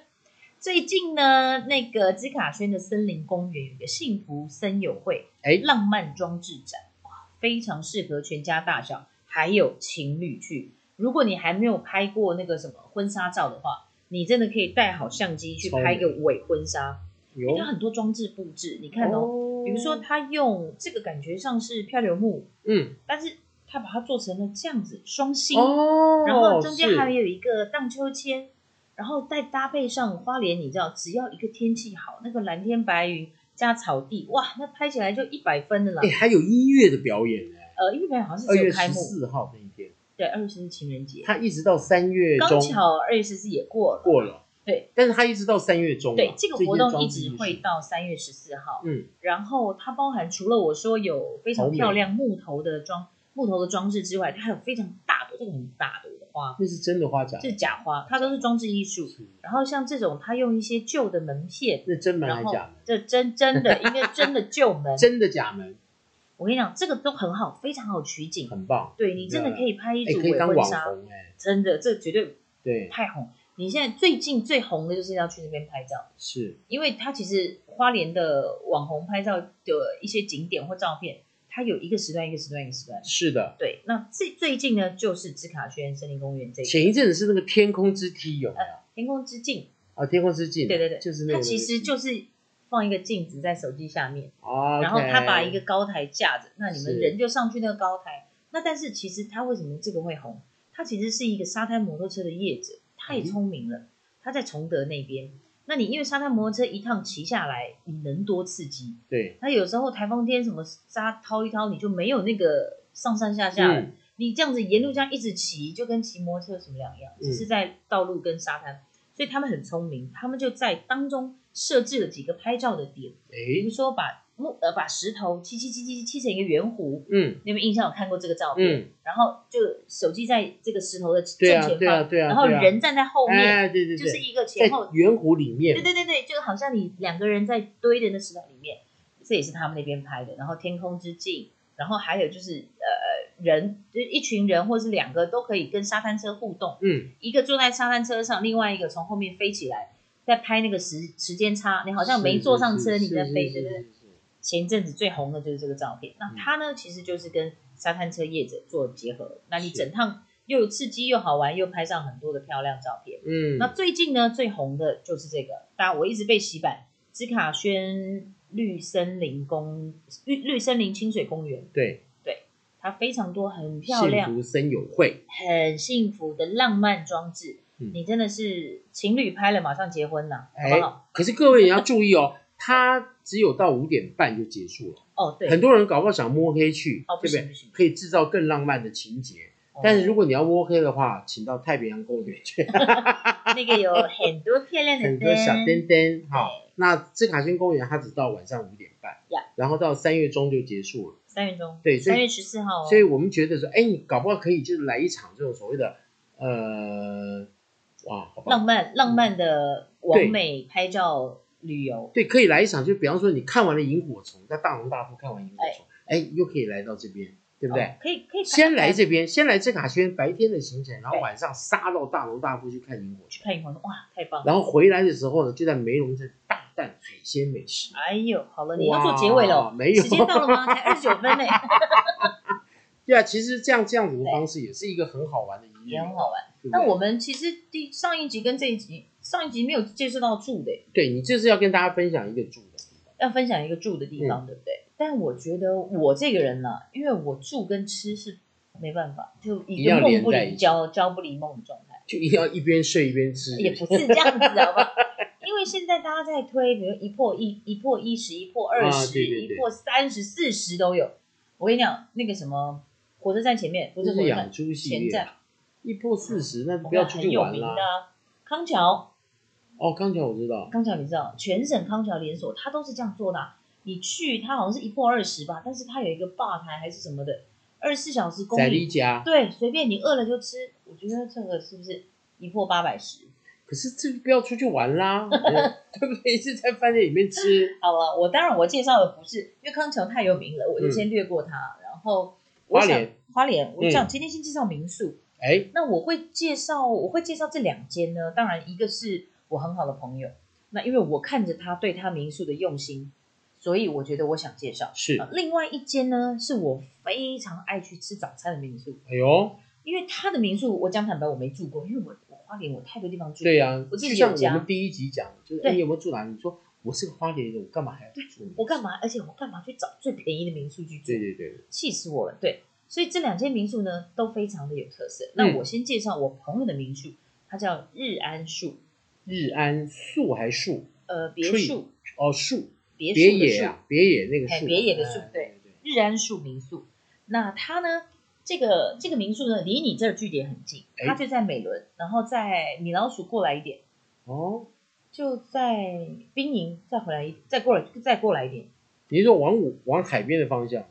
B: 最近呢，那个芝卡轩的森林公园有个幸福森友会
A: 哎
B: 浪漫装置展，哇，非常适合全家大小，还有情侣去。如果你还没有拍过那个什么婚纱照的话，你真的可以带好相机去
A: 超
B: 拍
A: 美
B: 个伪婚纱，
A: 有
B: 它很多装置布置，你看哦，
A: 哦
B: 比如说它用这个感觉上是漂流木，
A: 嗯
B: 但是他把它做成了这样子双星，
A: 哦，
B: 然后中间
A: 是
B: 还有一个荡秋千，然后再搭配上花莲，你知道，只要一个天气好，那个蓝天白云加草地，哇，那拍起来就一百分的啦
A: 哎、。还有音乐的表演呢、
B: 呃，因为本来好像
A: 二
B: 是只
A: 月
B: 有开
A: 十
B: 幕，
A: 四号那一天，
B: 对，二月十四情人节，
A: 他一直到三月
B: 刚
A: 中
B: 巧二月十四也过了。
A: 过了，
B: 对，
A: 但是他一直到三月中啊、
B: 对，这个
A: 所以
B: 活
A: 天
B: 动一
A: 装置
B: 直
A: 艺术
B: 会，到三月十四号。
A: 嗯，
B: 然后它包含除了我说有非
A: 好
B: 常
A: 美
B: 漂亮木头的装木头的装置之外，它还有非常大的这个很大朵的花，
A: 那是真的花甲，
B: 这是假花，它都是装置艺术。
A: 是
B: 然后像这种，他用一些旧的门片，
A: 那真门还
B: 然
A: 是
B: 后
A: 假门？
B: 这真真的，应该真的旧门。
A: 真的假门，
B: 我跟你讲，这个都很好，非常好取景。
A: 很棒，
B: 对你真的
A: 对啊
B: 可以拍一
A: 哎、
B: 组
A: 可以
B: 伪
A: 当
B: 婚
A: 网
B: 纱，
A: 红哎、
B: 真的，这绝对
A: 对，
B: 太红。你现在最近最红的就是要去那边拍照，
A: 是
B: 因为它其实花莲的网红拍照的一些景点或照片，它有一个时段一个时段一个时段。
A: 是的，
B: 对，那最最近呢，就是芝卡轩森林公园这个
A: 前一阵子是那个天空之梯有没有？
B: 天空之镜，
A: 啊，天空之镜，
B: 呃对对对
A: 就是那
B: 它
A: 个东西，
B: 其实就是放一个镜子在手机下面。
A: 哦，
B: 然后
A: OK
B: 他把一个高台架着，那你们
A: 是
B: 人就上去那个高台。那但是其实他为什么这个会红？他其实是一个沙滩摩托车的业者，太
A: 嗯
B: 聪明了。他在崇德那边，那你因为沙滩摩托车一趟骑下来，你能多刺激？
A: 对，
B: 那有时候台风天什么沙掏一掏，你就没有那个上上下下了。
A: 嗯
B: 你这样子沿路这样一直骑，就跟骑摩托车有什么两样？
A: 嗯
B: 只是在道路跟沙滩，所以他们很聪明，他们就在当中设置了几个拍照的点。比如
A: 哎，
B: 说把木呃把石头砌砌砌砌砌成一个圆弧，
A: 嗯
B: 你有没有印象？有看过这个照片？
A: 嗯，
B: 然后就手机在这个石头的正
A: 对啊
B: 前
A: 对啊
B: 方，
A: 对啊，
B: 然后
A: 对啊
B: 人站在后面，
A: 哎，对对对，
B: 就是一个
A: 在
B: 前后，
A: 圆弧里面，
B: 对对对对，就好像你两个人在堆的那石头里面，这也是他们那边拍的。然后天空之镜，然后还有就是呃人，就是一群人或是两个都可以跟沙滩车互动，
A: 嗯，
B: 一个坐在沙滩车上，另外一个从后面飞起来。在拍那个时时间差，你好像没坐上车，
A: 是
B: 你在飞，
A: 是是
B: 对对对
A: 是。是是
B: 前一阵子最红的就是这个照片。那
A: 嗯
B: 它呢，其实就是跟沙滩车业者做结合。那你
A: 是
B: 整趟又有刺激又好玩，又拍上很多的漂亮照片。
A: 嗯，
B: 那最近呢，最红的就是这个，大家我一直被洗版，芝卡轩绿森林公绿绿森林清水公园，
A: 对，
B: 它非常多很漂
A: 幸
B: 亮、
A: 福生友会，
B: 很幸福的浪漫装置。
A: 嗯
B: 你真的是情侣拍了马上结婚了，好
A: 哎
B: 不好？，
A: 可是各位也要注意 哦，它只有到五点半就结束了，
B: 哦，对，
A: 很多人搞不好想摸黑去
B: 哦，
A: 对
B: 不
A: 不
B: 行
A: 对？
B: 不行，
A: 可以制造更浪漫的情节，
B: 哦
A: 但是如果你要摸黑的话，请到太平洋公园 去，
B: 那个有很多漂亮 的
A: 很多小灯灯哈
B: 对。
A: 那这卡轩公园它只到晚上五点半
B: 呀，
A: 然后到三月中就结束了。
B: 三月中，
A: 对所以
B: 三月十四号哦。
A: 所以我们觉得说，哎，你搞不好可以就是来一场这种所谓的，呃，哇，好吧
B: 浪，漫浪漫的完美拍照旅游，
A: 对，可以来一场，就比方说你看完了萤火虫，在大龙大富看完萤火虫，哎，又可以来到这边，对不对？
B: 哦可以可以拍
A: 先来这边，先来这卡轩白天的行程，然后
B: 对
A: 晚上杀到大龙大富去看萤火虫，
B: 看萤火虫，哇，太棒！了！
A: 然后回来的时候呢，就在梅龙镇大啖海鲜美食。
B: 哎呦，好了，你要做结尾了
A: 哇
B: 哦，
A: 没有
B: 时间到了 吗？才二十九分呢，
A: 对啊，其实这样这样子的方式也是一个很好玩的一
B: 也
A: 面
B: 很，好玩。
A: 对不对
B: 那我们其实第上一集跟这一集，上一集没有介绍到住的，
A: 对你这是要跟大家分享一个住的地方，
B: 要分享一个住的地
A: 嗯
B: 方，对不对？但我觉得我这个人呢、因为我住跟吃是没办法，就一
A: 一
B: 个
A: 样
B: 梦不
A: 连在一
B: 离
A: 起
B: 交，交不离梦的状态。
A: 就一定要一边睡一边吃，
B: 也不是这样子，好吧？因为现在大家在推，比如一破一、一破一十、一破二
A: 啊
B: 十、
A: 对对对
B: 一破三十、四十都有。我跟你讲，那个什么火车站前面不
A: 这
B: 是
A: 是
B: 火车
A: 养
B: 站，
A: 猪系
B: 前
A: 列啊
B: 站，
A: 一破四十，那
B: 我
A: 不
B: 跟
A: 要
B: 你
A: 出
B: 讲很
A: 去
B: 有
A: 玩
B: 名的
A: 啦。
B: 啊康桥，
A: 哦，康桥我知道，
B: 康桥你知道，全省康桥连锁它都是这样做的啊、你去，它好像是一破二十吧，但是它有一个吧台还是什么的，二十四小时供
A: 在
B: 应
A: 丽，家。
B: 对，随便你饿了就吃。我觉得这个是不是一破八百十？
A: 可是这不要出去玩 啦，嗯对不对？一直在饭店里面吃，
B: 好了，我当然我介绍的不是，因为康桥太有名了，我就先略过它。然后
A: 嗯
B: 我
A: 花
B: 想
A: 莲，
B: 花莲，我
A: 嗯
B: 想今天先介绍民宿。
A: 哎，
B: 那我会介绍，我会介绍这两间呢。当然，一个是我很好的朋友，那因为我看着他对他民宿的用心，所以我觉得我想介绍。
A: 是，
B: 呃另外一间呢，是我非常爱去吃早餐的民宿，
A: 哎呦，
B: 因为他的民宿，我讲坦白，我没住过，因为我我花莲我太多地方住，
A: 对呀、啊，
B: 我自己
A: 就像
B: 有
A: 我
B: 家
A: 们第一集讲的，就是哎
B: 对
A: 有没有住哪里？你说我是个花莲人，我干嘛还要住？
B: 我干嘛？而且我干嘛去找最便宜的民宿去住
A: 对？对对，
B: 气死我了。对，所以这两间民宿呢都非常的有特色。那
A: 嗯
B: 我先介绍我朋友的民宿，它叫日安树，
A: 日安树还树
B: 呃，别
A: Tree
B: 墅，
A: 哦树
B: 别
A: 别
B: 墅的
A: 野
B: 树，
A: 啊别野那个
B: 哎
A: 树
B: 别野的树
A: 哎
B: 对
A: 对
B: 日安树民宿。那它呢，这个这个民宿呢，离你这儿距离很近，
A: 哎
B: 它就在美伦，然后在米老鼠过来一点，
A: 哦，
B: 就在兵营，再回来一，再过来，再过来一点，
A: 你是说往五往海边的方向，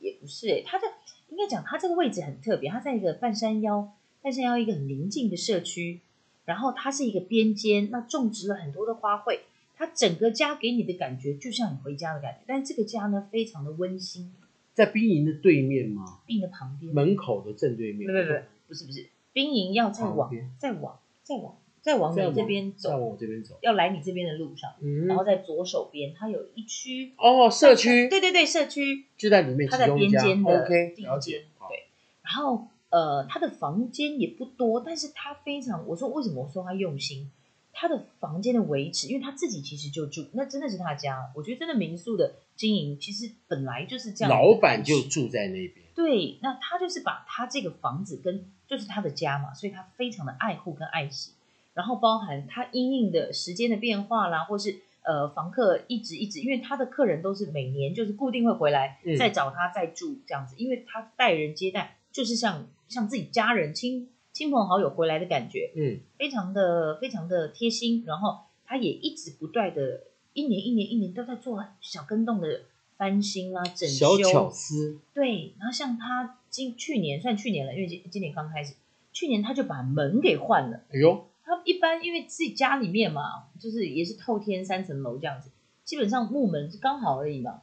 B: 也不是诶、它的应该讲它这个位置很特别，它在一个半山腰，半山腰一个很宁静的社区，然后它是一个边间，那种植了很多的花卉，它整个家给你的感觉就像你回家的感觉，但这个家呢非常的温馨，
A: 在兵营的对面吗？
B: 并的旁边，
A: 门口的正对面？
B: 不不不，不是不是，兵营要再
A: 旁
B: 往
A: 边，
B: 再往再往再往
A: 再
B: 你
A: 往
B: 这边
A: 再
B: 走，
A: 往我这边走，
B: 要来你这边的路上，
A: 嗯
B: 然，后在左手边它有一区，
A: 哦，社区
B: 对对对，社区，
A: 就在里面，
B: 它
A: 其
B: 在
A: 中一
B: 边
A: 家
B: 间的
A: ，OK，
B: 地
A: 了
B: 间
A: 解，，好
B: 对。然后呃，他的房间也不多，但是他非常，我说为什么我说他用心？他的房间的维持，因为他自己其实就住，那真的是他家。我觉得真的民宿的经营其实本来就是这样。
A: 老板就住在那边，
B: 对，那他就是把他这个房子跟就是他的家嘛，所以他非常的爱护跟爱惜，然后包含他因应的时间的变化啦，或是呃房客一直一直，因为他的客人都是每年就是固定会回来、
A: 嗯
B: 再找他再住这样子，因为他待人接待就是像像自己家人亲亲朋好友回来的感觉，
A: 嗯，
B: 非常的非常的贴心，然后他也一直不断的，一年一年一年都在做小跟动的翻新啦、整修
A: 小巧思，
B: 对，然后像他今去年算去年了，因为今今年刚开始，去年他就把门给换了。
A: 哎呦，
B: 他一般因为自己家里面嘛，就是也是透天三层楼这样子，基本上木门是刚好而已嘛。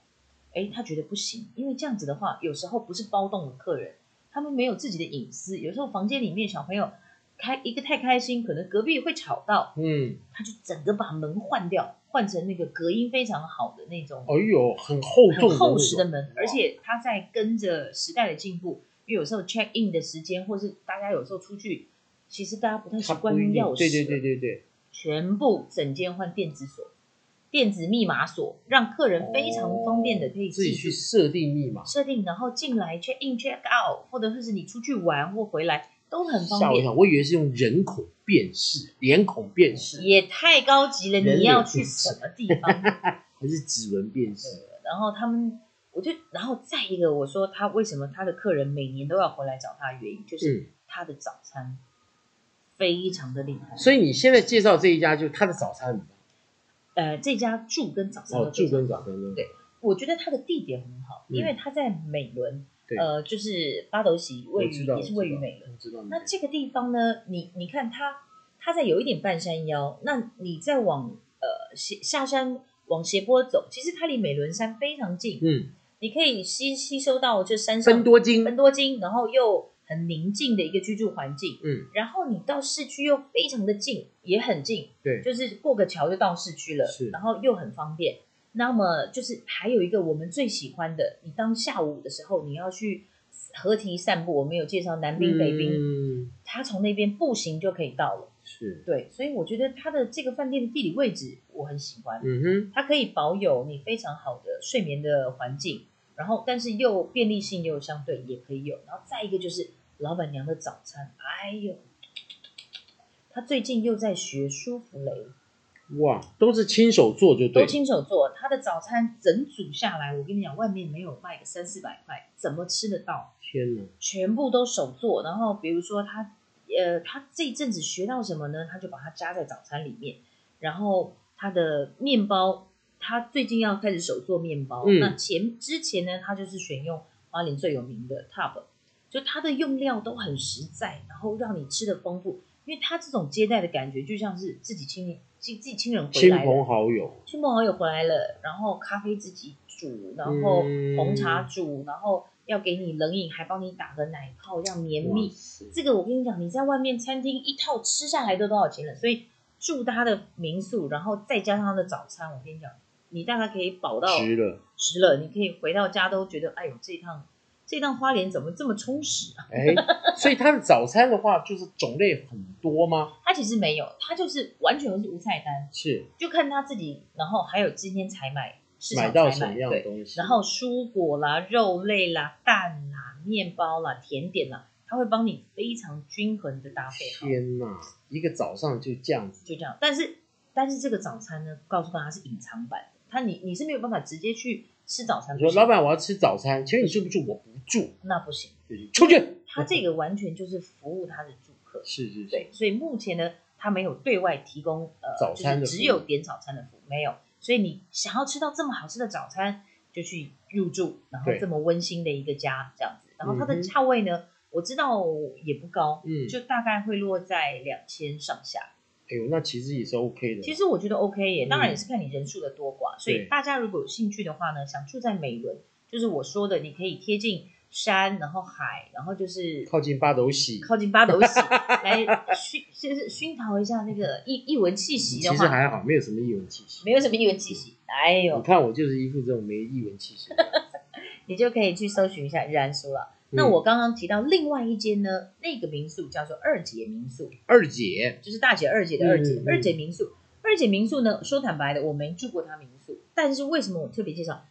B: 哎，他觉得不行，因为这样子的话，有时候不是包栋的客人，他们没有自己的隐私，有时候房间里面小朋友开一个太开心，可能隔壁会吵到，
A: 嗯，
B: 他就整个把门换掉，换成那个隔音非常好的那种。
A: 哎呦，很厚重
B: 很
A: 的
B: 厚实的
A: 那种
B: 门，而且它在跟着时代的进步，因为有时候 check in 的时间，或是大家有时候出去，其实大家不太习
A: 它
B: 惯
A: 不
B: 用
A: 一定
B: 钥匙，
A: 对对对，对对，
B: 全部整间换电子锁、电子密码锁，让客人非常方便的可以
A: 哦自己
B: 记
A: 去
B: 住
A: 设定密码，
B: 设定，然后进来 check in check out，或者是你出去玩或回来都很方
A: 吓我一
B: 便，
A: 跳，我以为是用人孔辨识、脸孔辨识，
B: 也太高级了，
A: 人
B: 你
A: 脸
B: 要
A: 辨
B: 去
A: 识
B: 什么地方？
A: 还是指纹辨识？
B: 然后他们，我就，然后再一个，我说他为什么他的客人每年都要回来找他，原因就是
A: 嗯，
B: 他的早餐非常的厉害。
A: 所以你现在介绍这一家，就是他的早餐很棒
B: 呃，这家住跟早餐
A: 哦，
B: 都
A: 住
B: 非常
A: 跟早餐都
B: 对我觉得它的地点很好，
A: 嗯
B: 因为它在美伦
A: 对，
B: 呃，就是八斗席位
A: 我
B: 于
A: 知道，
B: 也是位于美伦。
A: 我知道，我知道
B: 那这个地方呢，你你看它，它在有一点半山腰，那你再往呃斜下山往斜坡走，其实它离美伦山非常近，
A: 嗯，
B: 你可以吸吸收到这山上
A: 分多金，
B: 很多金，然后又很宁静的一个居住环境。
A: 嗯，
B: 然后你到市区又非常的近，也很近，
A: 对，
B: 就是过个桥就到市区了，
A: 是
B: 然后又很方便。那么就是还有一个我们最喜欢的，你当下午的时候你要去河堤散步，我们有介绍南滨、北滨，
A: 嗯，
B: 它从那边步行就可以到了。
A: 是，
B: 对，所以我觉得它的这个饭店的地理位置我很喜欢，
A: 嗯哼，
B: 它可以保有你非常好的睡眠的环境，然后但是又便利性又相对也可以有，然后再一个就是老板娘的早餐，哎呦，她最近又在学舒芙蕾，
A: 哇，都是亲手做就对
B: 都
A: 了，
B: 亲手做，她的早餐整组下来，我跟你讲，外面没有卖个三四百块，怎么吃得到？
A: 天哪，
B: 全部都手做，然后比如说他，呃，他这一阵子学到什么呢？他就把它加在早餐里面，然后他的面包，他最近要开始手做面包。
A: 嗯
B: 那前之前呢，他就是选用花莲最有名的 Tub，就它的用料都很实在，然后让你吃的丰富，因为它这种接待的感觉就像是自己亲自自己亲人回
A: 亲
B: 来了，
A: 朋好友，
B: 亲朋好友回来了，然后咖啡自己煮，然后
A: 嗯
B: 红茶煮，然后要给你冷饮，还帮你打个奶泡，这样绵密
A: 哇。塞
B: 这个我跟你讲，你在外面餐厅一套吃下来都多少钱了？所以住他的民宿，然后再加上他的早餐，我跟你讲，你大概可以饱到
A: 值 了。
B: 值了。你可以回到家都觉得，哎呦，这一趟这一趟花莲怎么这么充实啊？
A: 哎，所以它的早餐的话，就是种类很多吗？
B: 他其实没有，他就是完全是无菜单，
A: 是
B: 就看他自己，然后还有今天采买市场
A: 买
B: 采
A: 到
B: 买
A: 什么样的
B: 对，
A: 东西？
B: 然后蔬果啦、肉类啦、蛋啦、面包啦、甜点啦，他会帮你非常均衡的搭配好。
A: 天哪，一个早上就这样子，
B: 就这样。但是但是这个早餐呢，告诉大家是隐藏版的，他你你是没有办法直接去吃早餐。
A: 你说
B: 不行
A: 老，板我要吃早餐，请问你住不住？我不住，
B: 那不行，
A: 就是出去。
B: 他这个完全就是服务他的住客。
A: 是是是
B: 对，，所以目前呢，他没有对外提供呃，
A: 早餐的
B: 就
A: 服务
B: 是只有点早餐的服务没有。所以你想要吃到这么好吃的早餐，就去入住，然后
A: 对
B: 这么温馨的一个家这样子。然后它
A: 嗯
B: 的
A: 哼
B: 价位呢，我知道也不高，
A: 嗯
B: 就大概会落在两千上下。
A: 哎呦，那其实也是 OK 的。
B: 其实我觉得 OK 耶，
A: 嗯
B: 当然也是看你人数的多寡，所以大家如果有兴趣的话呢，想住在美伦，就是我说的，你可以贴近山，然后海，然后就是
A: 靠近八斗喜，
B: 靠近八 斗喜来熏，就是熏陶一下那个异异闻气息的
A: 其实
B: 话，
A: 还好，没有什么异闻气息。
B: 没有什么异闻气息，哎
A: 你
B: 呦，
A: 看我就是一副这种没异闻气息的。
B: 你就可以去搜寻一下日安苏了。 那
A: 嗯
B: 我刚刚提到另外一间呢，那个民宿叫做二姐民宿，
A: 二姐，
B: 就是大姐、二姐的二姐
A: 嗯，嗯
B: 二姐民宿。二姐民宿呢，说坦白的，我没住过她民宿，但是为什么我特别介绍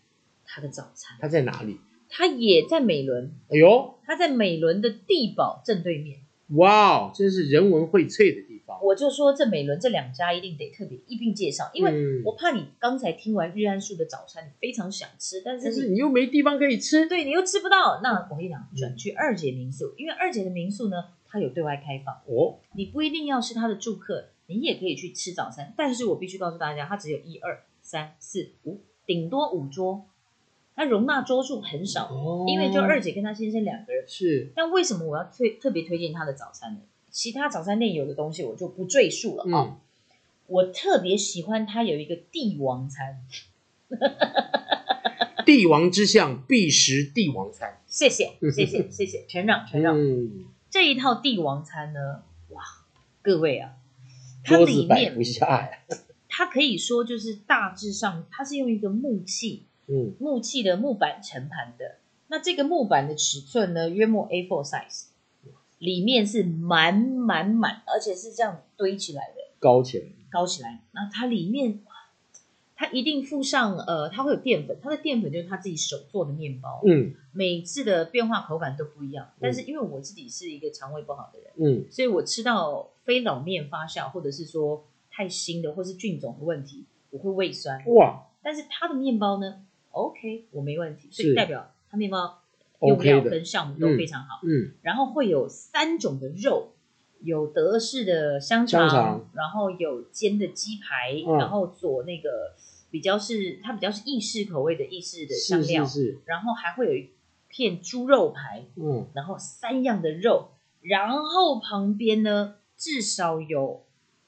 B: 她的早餐？
A: 她在哪里？
B: 她也在美伦，
A: 哎呦，
B: 她在美伦的地堡正对面。
A: 哇哦，真是人文荟萃的地方。
B: 我就说这美伦这两家一定得特别一并介绍，因为
A: 嗯
B: 我怕你刚才听完日安树的早餐，你非常想吃，但
A: 但是
B: 是你
A: 你又没地方可以吃。
B: 对你又吃不到，那我跟你讲，
A: 嗯
B: 转去二姐民宿，因为二姐的民宿呢，它有对外开放。
A: 哦，
B: 你不一定要是他的住客，你也可以去吃早餐。但是我必须告诉大家，它只有一二三四五，顶多五桌，它容纳桌数很少，
A: 哦
B: 因为就二姐跟她先生两个人。
A: 是，
B: 但为什么我要推特别推荐她的早餐呢？其他早餐店有的东西我就不赘述了
A: 嗯，
B: 啊、我特别喜欢它有一个帝王餐，
A: 帝王之相必食帝王餐。
B: 谢谢谢谢谢谢，全让全让、
A: 嗯，
B: 这一套帝王餐呢，哇，各位啊，它
A: 桌
B: 里
A: 子摆
B: 面
A: 不下呀。
B: 它可以说就是大致上，它是用一个木器
A: 嗯，
B: 木器的木板盛盘的。那这个木板的尺寸呢，约莫 A4 size，里面是满满满，而且是这样堆起来的，
A: 高起来。
B: 高起来。那它里面，哇它一定附上呃，它会有淀粉，它的淀粉就是他自己手做的面包，
A: 嗯
B: 每次的变化口感都不一样。但是因为我自己是一个肠胃不好的人，
A: 嗯，
B: 所以我吃到非老面发酵，或者是说太腥的，或是菌种的问题，我会胃酸。
A: 哇
B: 但是它的面包呢，OK，我没问题，
A: 是
B: 所以代表它面包用料
A: ，OK 的。
B: 跟酵母都非常好。
A: 嗯，
B: 然后会有三种的肉，有德式的香
A: 香肠
B: 然后有煎的鸡排，
A: 嗯
B: 然后佐那个比较是它比较是意式口味的意式的香
A: 是
B: 料，
A: 是是，
B: 然后还会有一片猪肉排，
A: 嗯，
B: 然后三样的肉，然后旁边呢至少有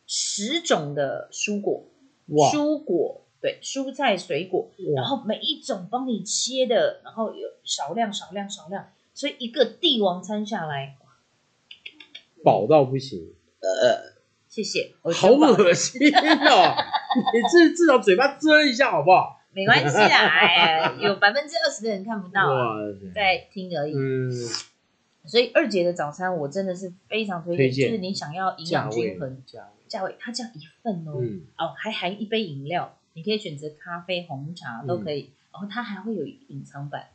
B: 十种的蔬果，
A: 哇
B: 蔬果对蔬菜水果，然
A: 哇，
B: 后每一种帮你切的，然后有少量少量少量，所以一个帝王餐下来，
A: 饱到不行。
B: 谢谢，我
A: 好
B: 吃饱了
A: 恶心哦！ 你至至少嘴巴遮一下好不好？
B: 没关系啦，哎，有百分之二十的人看不到啊，
A: 哇塞，
B: 在听而已。
A: 嗯，
B: 所以二姐的早餐我真的是非常推荐，
A: 推荐
B: 就是你想要营
A: 价
B: 养
A: 位
B: 均衡，
A: 价位，
B: 价位它这样一份哦，
A: 嗯，
B: 哦，还含一杯饮料，你可以选择咖啡、红茶
A: 嗯
B: 都可以。然后它还会有隐藏版，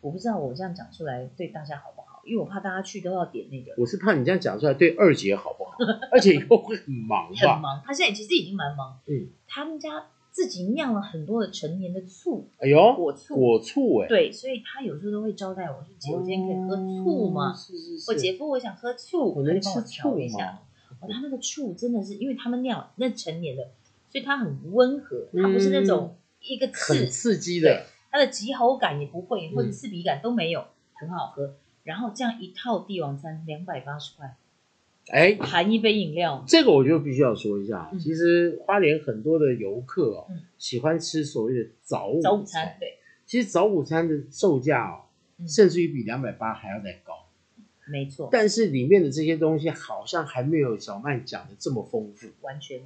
B: 我不知道我这样讲出来对大家好不好，因为我怕大家去都要点那个，
A: 我是怕你这样讲出来对二姐好不好？而且以后会很忙
B: 很
A: 吧？
B: 忙。他现在其实已经蛮忙，
A: 嗯，
B: 他们家自己酿了很多的陈年的醋，
A: 哎呦，
B: 果醋，
A: 果醋哎，
B: 对，所以他有时候都会招待我说：“姐，我今天可以喝醋
A: 哦
B: 吗？
A: 是是
B: 或
A: 是，
B: 姐夫，我想喝醋，
A: 我
B: 那
A: 能
B: 你帮
A: 吃
B: 调
A: 醋
B: 一下。”
A: 吗？
B: 哦，它那个醋真的是，因为他们酿
A: 嗯
B: 那成年的，所以它很温和，它不是那种一个刺，
A: 很刺激的，
B: 它的急吼感也不会，
A: 嗯
B: 或者刺鼻感都没有，很好喝。然后这样一套帝王餐两百八十块，
A: 哎，
B: 含一杯饮料，
A: 这个我就必须要说一下，啊
B: 嗯
A: 其实花莲很多的游客哦
B: 嗯，
A: 喜欢吃所谓的早午
B: 早午餐，对，
A: 其实早午餐的售价哦，
B: 嗯
A: 甚至于比两百八还要再高，
B: 没错，
A: 但是里面的这些东西好像还没有小曼讲的这么丰富，
B: 完全，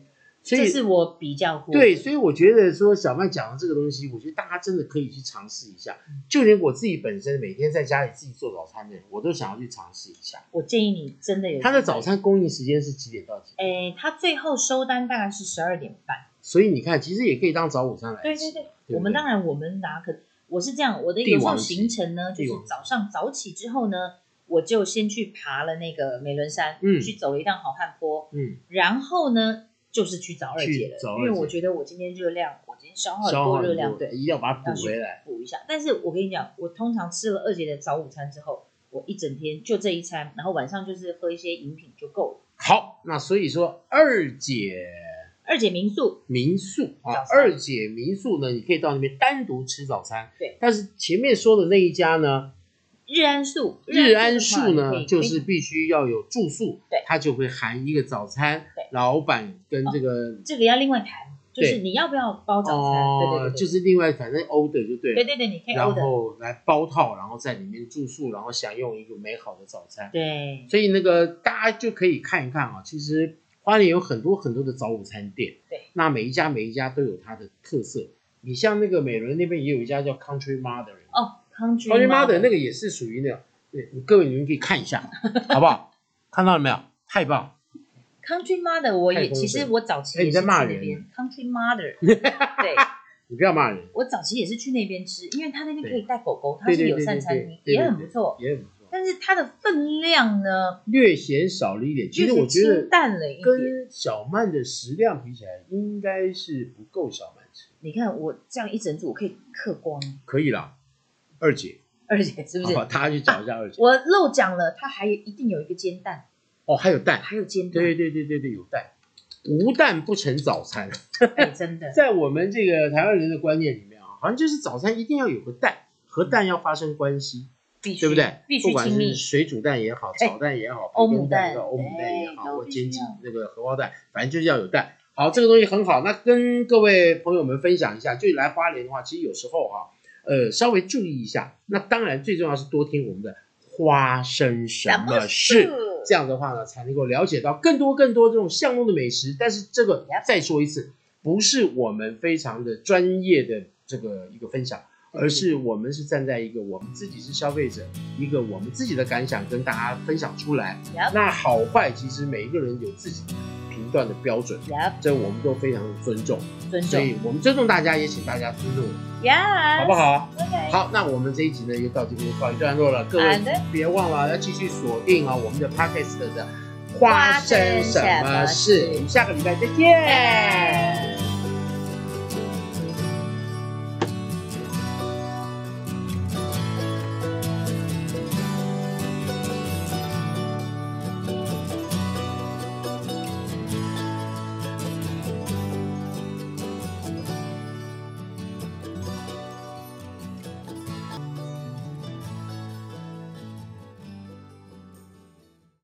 A: 所
B: 这
A: 以
B: 是我比较过
A: 对，所以我觉得说小曼讲的这个东西，我觉得大家真的可以去尝试一下。
B: 嗯
A: 就连我自己本身每天在家里自己做早餐的人，我都想要去尝试一下。
B: 我建议你真的有
A: 它的早，餐供应时间是几点到几点？
B: 诶，他最后收单大概是十二点半。
A: 所以你看，其实也可以当早午餐来
B: 对
A: 吃。
B: 对对，
A: 对
B: 我们当然我们拿可我是这样，我的
A: 帝
B: 有时
A: 王
B: 候
A: 级
B: 行程呢，就
A: 帝
B: 是
A: 王级
B: 早上早起之后呢，我就先去爬了那个美仑山，
A: 嗯
B: 去走了一趟好汉坡，
A: 嗯，
B: 然后呢就是去找二姐
A: 去找
B: 了，
A: 二姐
B: 因为我觉得我今天热量，我今天消耗很
A: 消耗
B: 多
A: 很
B: 热
A: 多
B: 量，对，
A: 一定要把它补回来。
B: 补一下。但是我跟你讲，我通常吃了二姐的早午餐之后，我一整天就这一餐，然后晚上就是喝一些饮品就够了。
A: 好，那所以说二姐
B: 二姐民宿
A: 民宿啊
B: 早，餐
A: 二姐民宿呢，你可以到那边单独吃早餐。
B: 对，
A: 但是前面说的那一家呢，
B: 日安宿，
A: 日安
B: 安
A: 树
B: 的话你可
A: 呢，
B: 以
A: 就是必须要有住宿，
B: 对
A: 它就会含一个早餐
B: 对，
A: 老板跟这个
B: 这个要另外谈，就是
A: 对
B: 你要不要包早餐？对对
A: 哦
B: 对，，对
A: 就是另外反正 order 就对了，
B: 对对对，你可以
A: 然
B: order。
A: 后来包套，然后在里面住宿，然后享用一个美好的早餐。
B: 对，
A: 所以那个大家就可以看一看啊，其实花莲有很多很多的早午餐店，
B: 对，
A: 那每一家每一家都有它的特色。你像那个美伦那边也有一家叫 Country Mother，
B: 哦，Country
A: Country Mother
B: Mother
A: 那个也是属于那种，对，各位你们可以看一 下，好不好？看到了没有？太棒了！
B: Country Mother，我
A: 太
B: 也
A: 丰富
B: 其实我早期
A: 哎你
B: 也是
A: 在
B: 去
A: 骂
B: 那
A: 人
B: 边 Country Mother，对
A: 你不要骂人，
B: 我早期也是去那边吃，因为他那边可以带狗狗，它
A: 对
B: 是
A: 对
B: 友
A: 对对
B: 善餐
A: 对
B: 厅，，
A: 对
B: 也很不错。，
A: 对对也很不错，
B: 但是它的分量呢，
A: 略显少了一点。其实我觉
B: 略
A: 得
B: 清淡了一点。
A: 跟小曼的食量比起来，应该是不够小曼吃，
B: 你看我这样一整组，我可以嗑光，
A: 可以啦，二姐，
B: 而且是不
A: 好
B: 是
A: 不？好？大家去找一下二姐。
B: 我漏讲了，它还一定有一个煎蛋，
A: 哦，还有蛋，
B: 还有煎蛋，
A: 对对对对对，有蛋，无蛋不成早餐。
B: 哎，真的。
A: 在我们这个台湾人的观念里面啊，好像就是早餐一定要有个蛋，和蛋要发生关系，
B: 必须
A: 对不对？
B: 必须
A: 不管
B: 亲密
A: 是。水煮蛋也好，
B: 哎
A: 炒蛋也好，
B: 欧
A: 培
B: 姆
A: 根蛋也
B: 蛋
A: 好，欧姆蛋也
B: 哎
A: 好，
B: 都
A: 或
B: 必须
A: 煎鸡
B: 要
A: 那个荷包蛋，反正就是要有蛋。好，这个东西很好，那跟各位朋友们分享一下，就来花莲的话，其实有时候哈、呃，稍微注意一下。那当然，最重要是多听我们的花生什么事。这样的话呢，才能够了解到更多更多这种巷弄的美食。但是这个
B: Yep
A: 再说一次，不是我们非常的专业的这个一个分享，而是我们是站在一个我们自己是消费者，一个我们自己的感想跟大家分享出来。
B: Yep
A: 那好坏，其实每一个人有自己评断的标准，
B: 呀，
A: 这我们都非常尊重，
B: 尊
A: 所
B: 重
A: 以我们尊重大家，也请大家尊重我们，
B: 呀，
A: 好不？好？
B: OK，
A: 好，那我们这一集呢就到这边告一段落了，各位
B: 好的
A: 别忘了要继续锁定啊我们的 podcast 的花生什么事，我们下个礼拜再见。
B: 拜拜